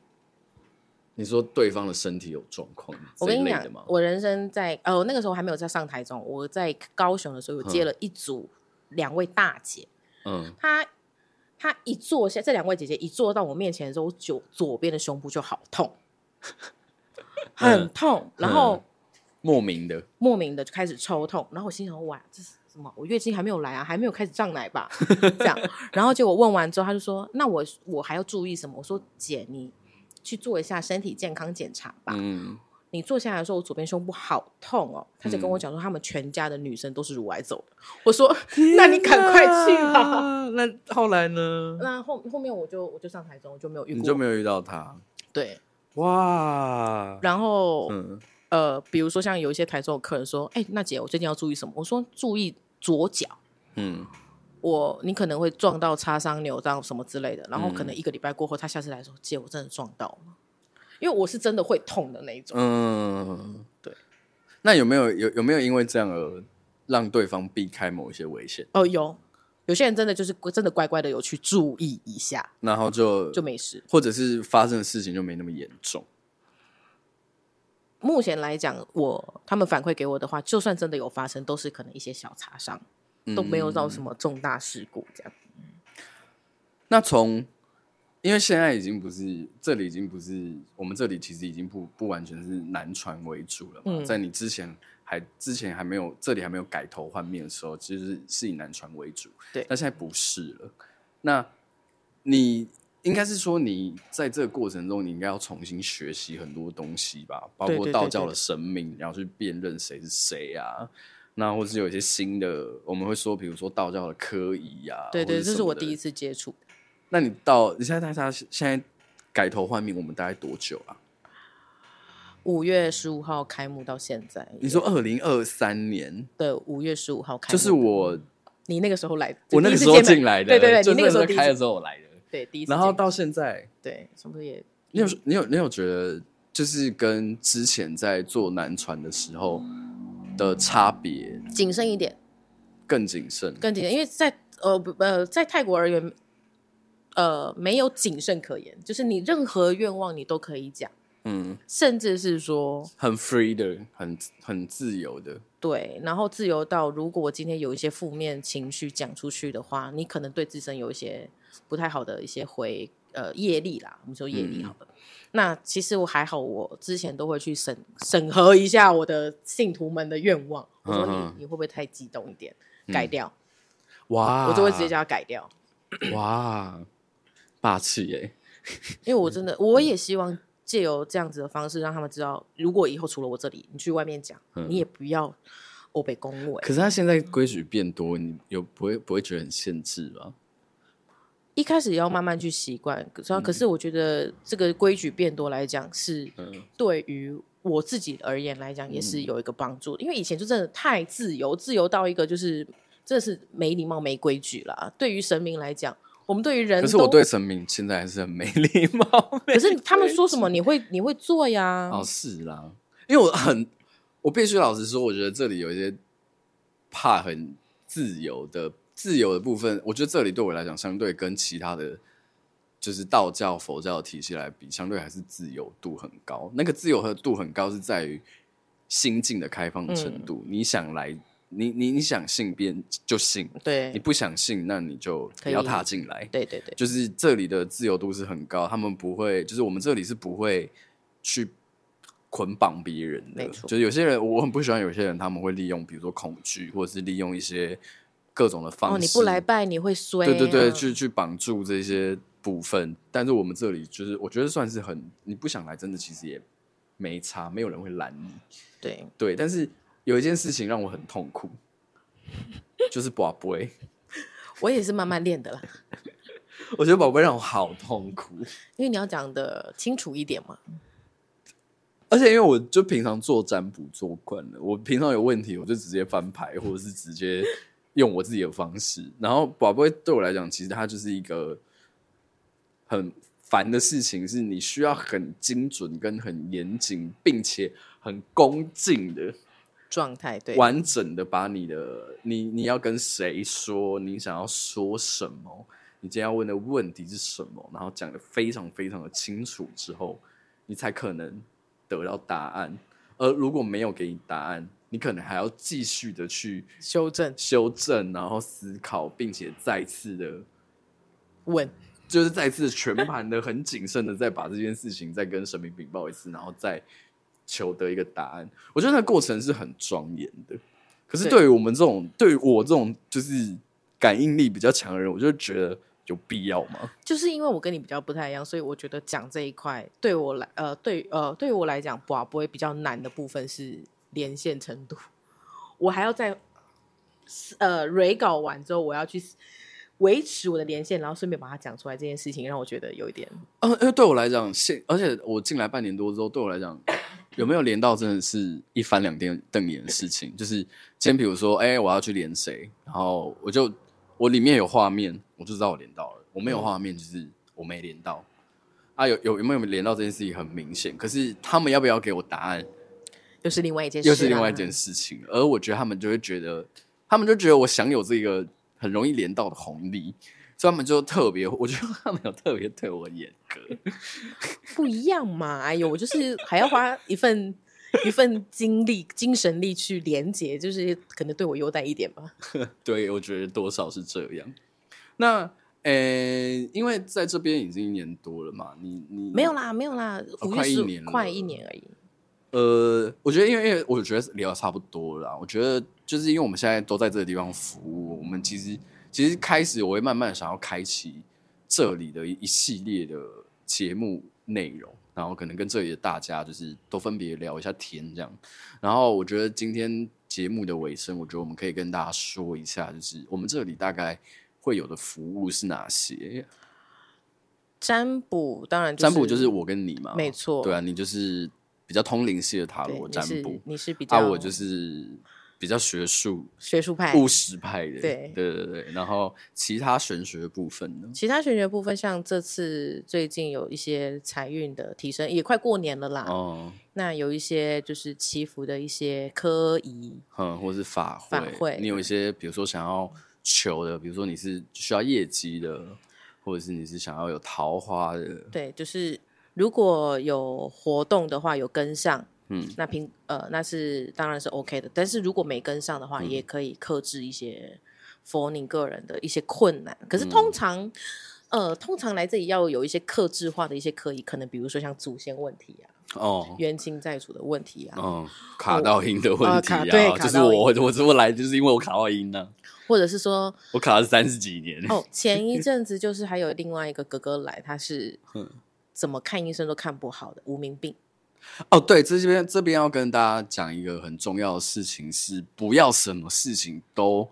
[SPEAKER 1] 你说对方的身体有状况，
[SPEAKER 2] 我跟
[SPEAKER 1] 这
[SPEAKER 2] 你
[SPEAKER 1] 一类
[SPEAKER 2] 讲
[SPEAKER 1] 的吗，？
[SPEAKER 2] 我人生在呃，我那个时候还没有在上台中，我在高雄的时候有接了一组两位大姐，
[SPEAKER 1] 嗯，
[SPEAKER 2] 她她一坐下，这两位姐姐一坐到我面前的时候，我左左边的胸部就好 痛，
[SPEAKER 1] 嗯
[SPEAKER 2] 很痛，然后。
[SPEAKER 1] 莫名的，
[SPEAKER 2] 莫名的就开始抽痛，然后我心想哇，这是什么？我月经还没有来啊，还没有开始胀奶 吧？这样，然后结果问完之后，他就说，那我我还要注意什么？我说姐，你去做一下身体健康检查吧。
[SPEAKER 1] 嗯，
[SPEAKER 2] 你坐下来的时候，我左边胸部好痛哦。他就跟我讲说，他们全家的女生都是乳癌走的。我说，那你赶快去 吧。
[SPEAKER 1] 吧。那后来呢？
[SPEAKER 2] 那后后面我就我就上台中，我就没有遇
[SPEAKER 1] 你
[SPEAKER 2] 过，
[SPEAKER 1] 就没有遇到他，
[SPEAKER 2] 对。
[SPEAKER 1] 哇，
[SPEAKER 2] 然后、
[SPEAKER 1] 嗯，
[SPEAKER 2] 呃，比如说像有一些台中的客人说，哎，那姐，我最近要注意什么？我说注意左脚。
[SPEAKER 1] 嗯，
[SPEAKER 2] 我你可能会撞到、擦伤、扭到什么之类的，然后可
[SPEAKER 1] 嗯
[SPEAKER 2] 能一个礼拜过后，他下次来说：“姐，我真的撞到了。”因为我是真的会痛的那一种。
[SPEAKER 1] 嗯，
[SPEAKER 2] 对。
[SPEAKER 1] 那有没有有有没有因为这样而让对方避开某一些危险，
[SPEAKER 2] 哦，有有些人真的就是真的乖乖的有去注意一下，
[SPEAKER 1] 然后就
[SPEAKER 2] 就没事。
[SPEAKER 1] 或者是发生的事情就没那么严重？
[SPEAKER 2] 目前来讲，我他们反馈给我的话，就算真的有发生，都是可能一些小擦伤，
[SPEAKER 1] 嗯
[SPEAKER 2] 都没有到什么重大事故这样。
[SPEAKER 1] 那从因为现在已经不是这里已经不是我们这里其实已经不不完全是南传为主了嘛，
[SPEAKER 2] 嗯
[SPEAKER 1] 在你之前还之前还没有这里还没有改头换面的时候，其实是以南传为主，
[SPEAKER 2] 对
[SPEAKER 1] 但现在不是了。那你应该是说你在这个过程中，你应该要重新学习很多东西吧，包
[SPEAKER 2] 对
[SPEAKER 1] 括
[SPEAKER 2] 对
[SPEAKER 1] 道
[SPEAKER 2] 对
[SPEAKER 1] 教
[SPEAKER 2] 对
[SPEAKER 1] 的神明，然后去辨认谁是谁啊。那或是有一些新的，我们会说，比如说道教的科仪呀、啊，
[SPEAKER 2] 对对，这是我第
[SPEAKER 1] 次。
[SPEAKER 2] 一次接触。
[SPEAKER 1] 那你到你现在大家现在改头换面，我们大概多久啊？
[SPEAKER 2] 五月十五号开幕到现在，
[SPEAKER 1] 你说二零二三年，
[SPEAKER 2] 对，五月十五号开幕，
[SPEAKER 1] 就是我
[SPEAKER 2] 你那个时候来，
[SPEAKER 1] 我那个
[SPEAKER 2] 第一次
[SPEAKER 1] 时候
[SPEAKER 2] 见面
[SPEAKER 1] 进来的，
[SPEAKER 2] 对对
[SPEAKER 1] 就是
[SPEAKER 2] 对，你那个时候第一
[SPEAKER 1] 开
[SPEAKER 2] 次
[SPEAKER 1] 了之后我来的，
[SPEAKER 2] 对第一次见
[SPEAKER 1] 然
[SPEAKER 2] 面，
[SPEAKER 1] 后到现在，
[SPEAKER 2] 对，什么也
[SPEAKER 1] 你有你有你有觉得就是跟之前在做南传的时候的差别
[SPEAKER 2] 谨慎一点，
[SPEAKER 1] 更谨慎，
[SPEAKER 2] 更谨慎，因为在呃不呃在泰国而言，呃没有谨慎可言，就是你任何愿望你都可以讲，
[SPEAKER 1] 嗯，
[SPEAKER 2] 甚至是说
[SPEAKER 1] 很 free 的，很很自由的，
[SPEAKER 2] 对，然后自由到如果今天有一些负面情绪讲出去的话，你可能对自身有一些不太好的一些回呃业力啦，我们说业力好
[SPEAKER 1] 嗯
[SPEAKER 2] 了。那其实我还好，我之前都会去审审核一下我的信徒们的愿望。我说你
[SPEAKER 1] 嗯嗯嗯
[SPEAKER 2] 你会不会太激动一点，改掉，
[SPEAKER 1] 哇，
[SPEAKER 2] 我就会直接叫他改掉，
[SPEAKER 1] 哇，霸气耶！
[SPEAKER 2] 因为我真的我也希望借由这样子的方式让他们知道，如果以后除了我这里，你去外面讲，
[SPEAKER 1] 嗯
[SPEAKER 2] 你也不要欧北恭维。
[SPEAKER 1] 可是他现在规矩变多，你有不会不会觉得很限制吧？
[SPEAKER 2] 一开始也要慢慢去习惯，可
[SPEAKER 1] 嗯
[SPEAKER 2] 是、可是我觉得这个规矩变多来讲，是
[SPEAKER 1] 嗯
[SPEAKER 2] 对于我自己而言来讲也是有一个帮助的，因为以前就真的太自由，自由到一个就是真的是没礼貌、没规矩啦。对于神明来讲，我们对于人都，
[SPEAKER 1] 可是我对神明现在还是很没 礼貌。
[SPEAKER 2] 可是他们说什 么你会你会做呀？
[SPEAKER 1] 哦，是啦，因为我很，我必须老实说，我觉得这里有一些怕很自由的自由的部分，我觉得这里对我来讲，相对跟其他的就是道教、佛教的体系来比，相对还是自由度很高。那个自由和度很高是在于心境的开放程
[SPEAKER 2] 嗯
[SPEAKER 1] 度，你想来，你你你想信便就信，你
[SPEAKER 2] 对
[SPEAKER 1] 不想信，那你就不
[SPEAKER 2] 可以
[SPEAKER 1] 要踏进来。
[SPEAKER 2] 对对对，
[SPEAKER 1] 就是这里的自由度是很高，他们不会，就是我们这里是不会去捆绑别人的。
[SPEAKER 2] 没错
[SPEAKER 1] 就是有些人，我很不喜欢有些人，他们会利用，比如说恐惧，或者是利用一些各种的方式。
[SPEAKER 2] 哦，你不来拜你会衰、啊，
[SPEAKER 1] 对对对，去去绑住这些部分。但是我们这里就是，我觉得算是很，你不想来，真的其实也没差，没有人会拦你。
[SPEAKER 2] 对，
[SPEAKER 1] 对，但是有一件事情让我很痛苦，就是宝贝，
[SPEAKER 2] 我也是慢慢练的啦，
[SPEAKER 1] 我觉得宝贝让我好痛苦。
[SPEAKER 2] 因为你要讲的清楚一点嘛。
[SPEAKER 1] 而且因为我就平常做占卜做惯了，我平常有问题我就直接翻牌，或者是直接用我自己的方式。然后宝贝对我来讲，其实它就是一个很烦的事情，是你需要很精准、跟很严谨，并且很恭敬的、
[SPEAKER 2] 状态对，
[SPEAKER 1] 完整的把你的你你要跟谁说，你想要说什么，你今天要问的问题是什么，然后讲的非常非常的清楚之后，你才可能得到答案。而如果没有给你答案，你可能还要继续的去
[SPEAKER 2] 修正
[SPEAKER 1] 修正，然后思考，并且再次的，
[SPEAKER 2] 问。
[SPEAKER 1] 就是再次全盘的、很谨慎的再把这件事情再跟神明禀报一次，然后再求得一个答案。我觉得那个过程是很庄严的。可是
[SPEAKER 2] 对
[SPEAKER 1] 对于我们这种，对于我这种就是感应力比较强的人，我就觉得有必要吗？
[SPEAKER 2] 就是因为我跟你比较不太一样，所以我觉得讲这一块对我来，呃，对，呃，对于我来讲，寡不会比较难的部分是连线程度，我还要在呃蕊稿完之后，我要去维持我的连线，然后顺便把它讲出来，这件事情让我觉得有一点
[SPEAKER 1] 呃，因为对我来讲，现而且我进来半年多之后，对我来讲，有没有连到真的是一翻两瞪瞪眼的事情。就是今天比如说，哎、我要去连谁，然后我就我里面有画面，我就知道我连到了；我没有画面，就是我没连到。啊，有有有没有连到这件事情很明显，可是他们要不要给我答案，
[SPEAKER 2] 又是另外一件事、
[SPEAKER 1] 又是另外一件。事情。而我觉得他们就会觉得，他们就觉得我享有这个很容易连到的红利，所以他们就特别，我觉得他们有特别对我严格。
[SPEAKER 2] 不一样嘛！哎呦，我就是还要花一份一份精力、精神力去连接，就是可能对我优待一点吧。
[SPEAKER 1] 对，我觉得多少是这样。那呃、因为在这边已经一年多了嘛，你你
[SPEAKER 2] 没有啦，没有啦，
[SPEAKER 1] 哦
[SPEAKER 2] 五月
[SPEAKER 1] 快一
[SPEAKER 2] 十五
[SPEAKER 1] 年了
[SPEAKER 2] 快一年而已。
[SPEAKER 1] 呃，我觉得因为因为我觉得聊得差不多了啦，我觉得就是因为我们现在都在这个地方服务，我们其实其实开始我会慢慢地想要开启这里的一一系列的节目内容，然后可能跟这里的大家就是都分别聊一下天这样。然后我觉得今天节目的尾声，我觉得我们可以跟大家说一下，就是我们这里大概会有的服务是哪些？
[SPEAKER 2] 占卜当然、
[SPEAKER 1] 占卜就是我跟你嘛，
[SPEAKER 2] 没错
[SPEAKER 1] 对啊，你就是比较通灵系的塔
[SPEAKER 2] 对
[SPEAKER 1] 罗
[SPEAKER 2] 你
[SPEAKER 1] 啊占
[SPEAKER 2] 是
[SPEAKER 1] 卜，
[SPEAKER 2] 你是比较，
[SPEAKER 1] 啊，我就是比较学术、
[SPEAKER 2] 学术派。
[SPEAKER 1] 务实派的，
[SPEAKER 2] 对
[SPEAKER 1] 对对对。然后其他玄学部分呢，
[SPEAKER 2] 其他玄学部分，像这次最近有一些财运的提升，也快过年了啦。
[SPEAKER 1] 哦，
[SPEAKER 2] 那有一些就是祈福的一些科仪，
[SPEAKER 1] 嗯，或是法会，
[SPEAKER 2] 法会
[SPEAKER 1] 你有一些比如说想要求的，比如说你是需要业绩的，或者是你是想要有桃花的，
[SPEAKER 2] 对，就是如果有活动的话，有跟上，
[SPEAKER 1] 嗯，
[SPEAKER 2] 那平呃那是当然是 OK 的。但是如果没跟上的话，
[SPEAKER 1] 嗯
[SPEAKER 2] 也
[SPEAKER 1] 嗯
[SPEAKER 2] 可以克制一些 for 你个人的一些困难。可是通常、呃，通常来这里要有一些克制化的一些可以，可能比如说像祖先问题啊、
[SPEAKER 1] 哦，
[SPEAKER 2] 冤亲债主的问题啊，
[SPEAKER 1] 嗯，卡到音的问题
[SPEAKER 2] 哦卡对
[SPEAKER 1] 啊，
[SPEAKER 2] 卡
[SPEAKER 1] 就是
[SPEAKER 2] 到音
[SPEAKER 1] 我我我这么来就是因为我卡到音呢，
[SPEAKER 2] 或者是 说，
[SPEAKER 1] 我卡了三十几年。
[SPEAKER 2] 哦，前一阵子就是还有另外一个哥哥来，他是
[SPEAKER 1] 嗯
[SPEAKER 2] 怎么看医生都看不好的无名病。
[SPEAKER 1] 哦，对，这边这边要跟大家讲一个很重要的事情是，不要什么事情都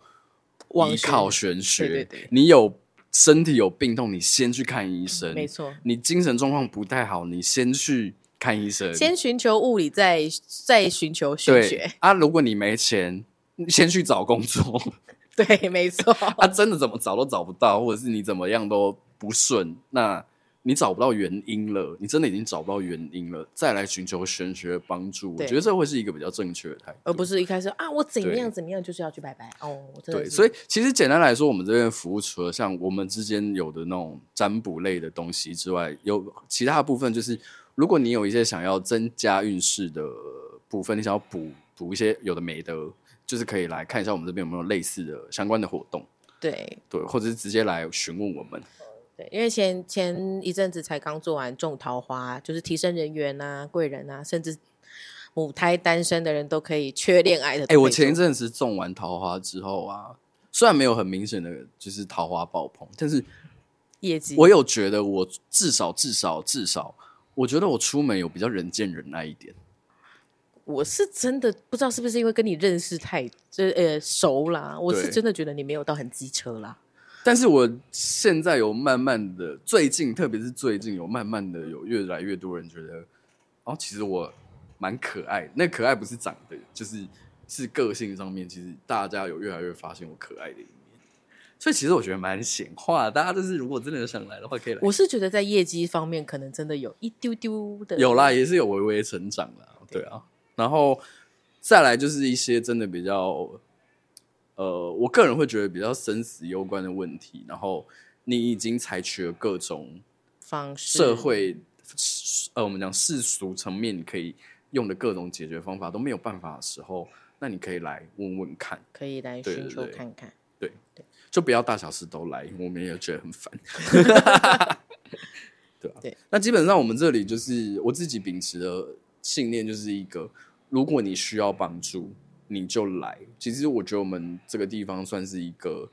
[SPEAKER 2] 往
[SPEAKER 1] 依
[SPEAKER 2] 玄
[SPEAKER 1] 靠玄学。
[SPEAKER 2] 对对对
[SPEAKER 1] 你有身体有病痛，你先去看医生。
[SPEAKER 2] 没错，
[SPEAKER 1] 你精神状况不太好，你先去看医生。
[SPEAKER 2] 先寻求物理，再再寻求玄
[SPEAKER 1] 对
[SPEAKER 2] 学。
[SPEAKER 1] 啊，如果你没钱，你先去找工作
[SPEAKER 2] 对，没错。
[SPEAKER 1] 啊，真的怎么找都找不到，或者是你怎么样都不顺，那你找不到原因了，你真的已经找不到原因了，再来寻求玄学的帮助，我
[SPEAKER 2] 对
[SPEAKER 1] 觉得这会是一个比较正确的态度，
[SPEAKER 2] 而不是一开始啊，我怎
[SPEAKER 1] 对
[SPEAKER 2] 样怎么样，就是要去拜拜哦。我真的
[SPEAKER 1] 对，
[SPEAKER 2] 是
[SPEAKER 1] 所以其实简单来说，我们这边的服务除了像我们之间有的那种占卜类的东西之外，有其他部分就是，如果你有一些想要增加运势的部分，你想要补补一些有的没的，就是可以来看一下我们这边有没有类似的相关的活动，
[SPEAKER 2] 对
[SPEAKER 1] 对，或者是直接来询问我们。
[SPEAKER 2] 对，因为前前一阵子才刚做完种桃花，就是提升人缘啊、贵人啊，甚至母胎单身的人都可以缺恋爱的都可
[SPEAKER 1] 哎、
[SPEAKER 2] 以做。
[SPEAKER 1] 我前一阵子种完桃花之后啊，虽然没有很明显的就是桃花爆棚，但是
[SPEAKER 2] 业绩，
[SPEAKER 1] 我有觉得我至少至少至少，我觉得我出门有比较人见人爱一点。
[SPEAKER 2] 我是真的不知道是不是因为跟你认识太这呃熟啦，我是
[SPEAKER 1] 对
[SPEAKER 2] 真的觉得你没有到很机车啦。
[SPEAKER 1] 但是我现在有慢慢的，最近特别是最近有慢慢的有越来越多人觉得，哦，其实我蛮可爱的。那可爱不是长得，就是是个性上面，其实大家有越来越发现我可爱的一面。所以其实我觉得蛮显化的，大家就是如果真的有想来的话，可以来。
[SPEAKER 2] 我是觉得在业绩方面可能真的有一丢丢的
[SPEAKER 1] 有啦，也是有微微成长啦，对啊。然后再来就是一些真的比较，呃，我个人会觉得比较生死攸关的问题。然后你已经采取了各种
[SPEAKER 2] 方式，
[SPEAKER 1] 社会，呃，我们讲世俗层面你可以用的各种解决方法都没有办法的时候，那你可以来问问看，
[SPEAKER 2] 可以来
[SPEAKER 1] 对
[SPEAKER 2] 寻
[SPEAKER 1] 对
[SPEAKER 2] 求
[SPEAKER 1] 对
[SPEAKER 2] 看看。
[SPEAKER 1] 就不要大小事都来，我们也觉得很 烦。对啊，
[SPEAKER 2] 对。
[SPEAKER 1] 那基本上我们这里就是我自己秉持的信念，就是一个，如果你需要帮助，你就来。其实我觉得我们这个地方算是一个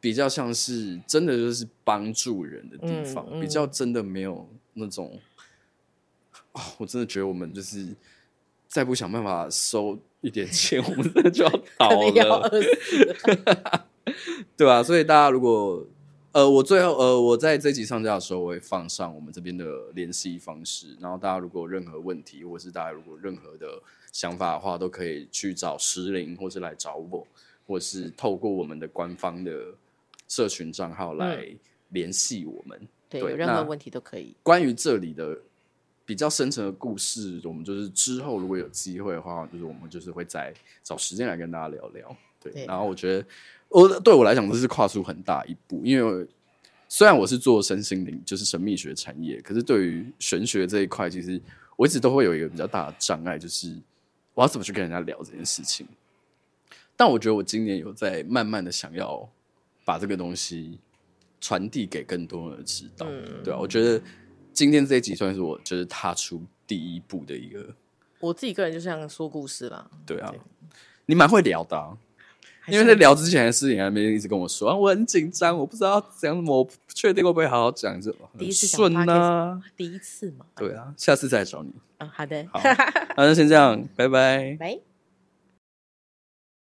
[SPEAKER 1] 比较像是真的就是帮助人的地方，
[SPEAKER 2] 嗯嗯
[SPEAKER 1] 比较真的没有那种，哦，我真的觉得我们就是再不想办法收一点钱，我们真的就要倒
[SPEAKER 2] 可能要
[SPEAKER 1] 了。
[SPEAKER 2] 饿死了
[SPEAKER 1] 对啊，所以大家如果呃，我最后呃，我在这集上架的时候，我会放上我们这边的联系方式。然后大家如果有任何问题，或是大家如果有任何的想法的话，都可以去找石林，或是来找我，或是透过我们的官方的社群账号来联系我们。
[SPEAKER 2] 对，
[SPEAKER 1] 对
[SPEAKER 2] 有任
[SPEAKER 1] 那
[SPEAKER 2] 何问题都可以。
[SPEAKER 1] 关于这里的比较深层的故事，我们就是之后如果有机会的话，就是我们就是会再找时间来跟大家聊聊。对，
[SPEAKER 2] 对
[SPEAKER 1] 然后我觉得我对我来讲，这是跨出很大一步，因为虽然我是做身心灵，就是神秘学产业，可是对于玄学这一块，其实我一直都会有一个比较大的障碍，就是我要怎么去跟人家聊这件事情。但我觉得我今年有在慢慢的想要把这个东西传递给更多人知道，
[SPEAKER 2] 嗯
[SPEAKER 1] 对啊，我觉得今天这一集算是我就是踏出第一步的一个，
[SPEAKER 2] 我自己个人就像说故事啦，
[SPEAKER 1] 对啊，你蛮会聊的、啊，
[SPEAKER 2] 还
[SPEAKER 1] 因为
[SPEAKER 2] 是
[SPEAKER 1] 在聊之前的事情，还没一直跟我说啊，我很紧张，我不知道怎样，我不确定会不会好好讲，这
[SPEAKER 2] 第一次讲
[SPEAKER 1] 顺啊，
[SPEAKER 2] 第一次嘛。
[SPEAKER 1] 对啊，下次再来找你。
[SPEAKER 2] 嗯，好的，
[SPEAKER 1] 好，那就先这样，拜拜。
[SPEAKER 2] 拜。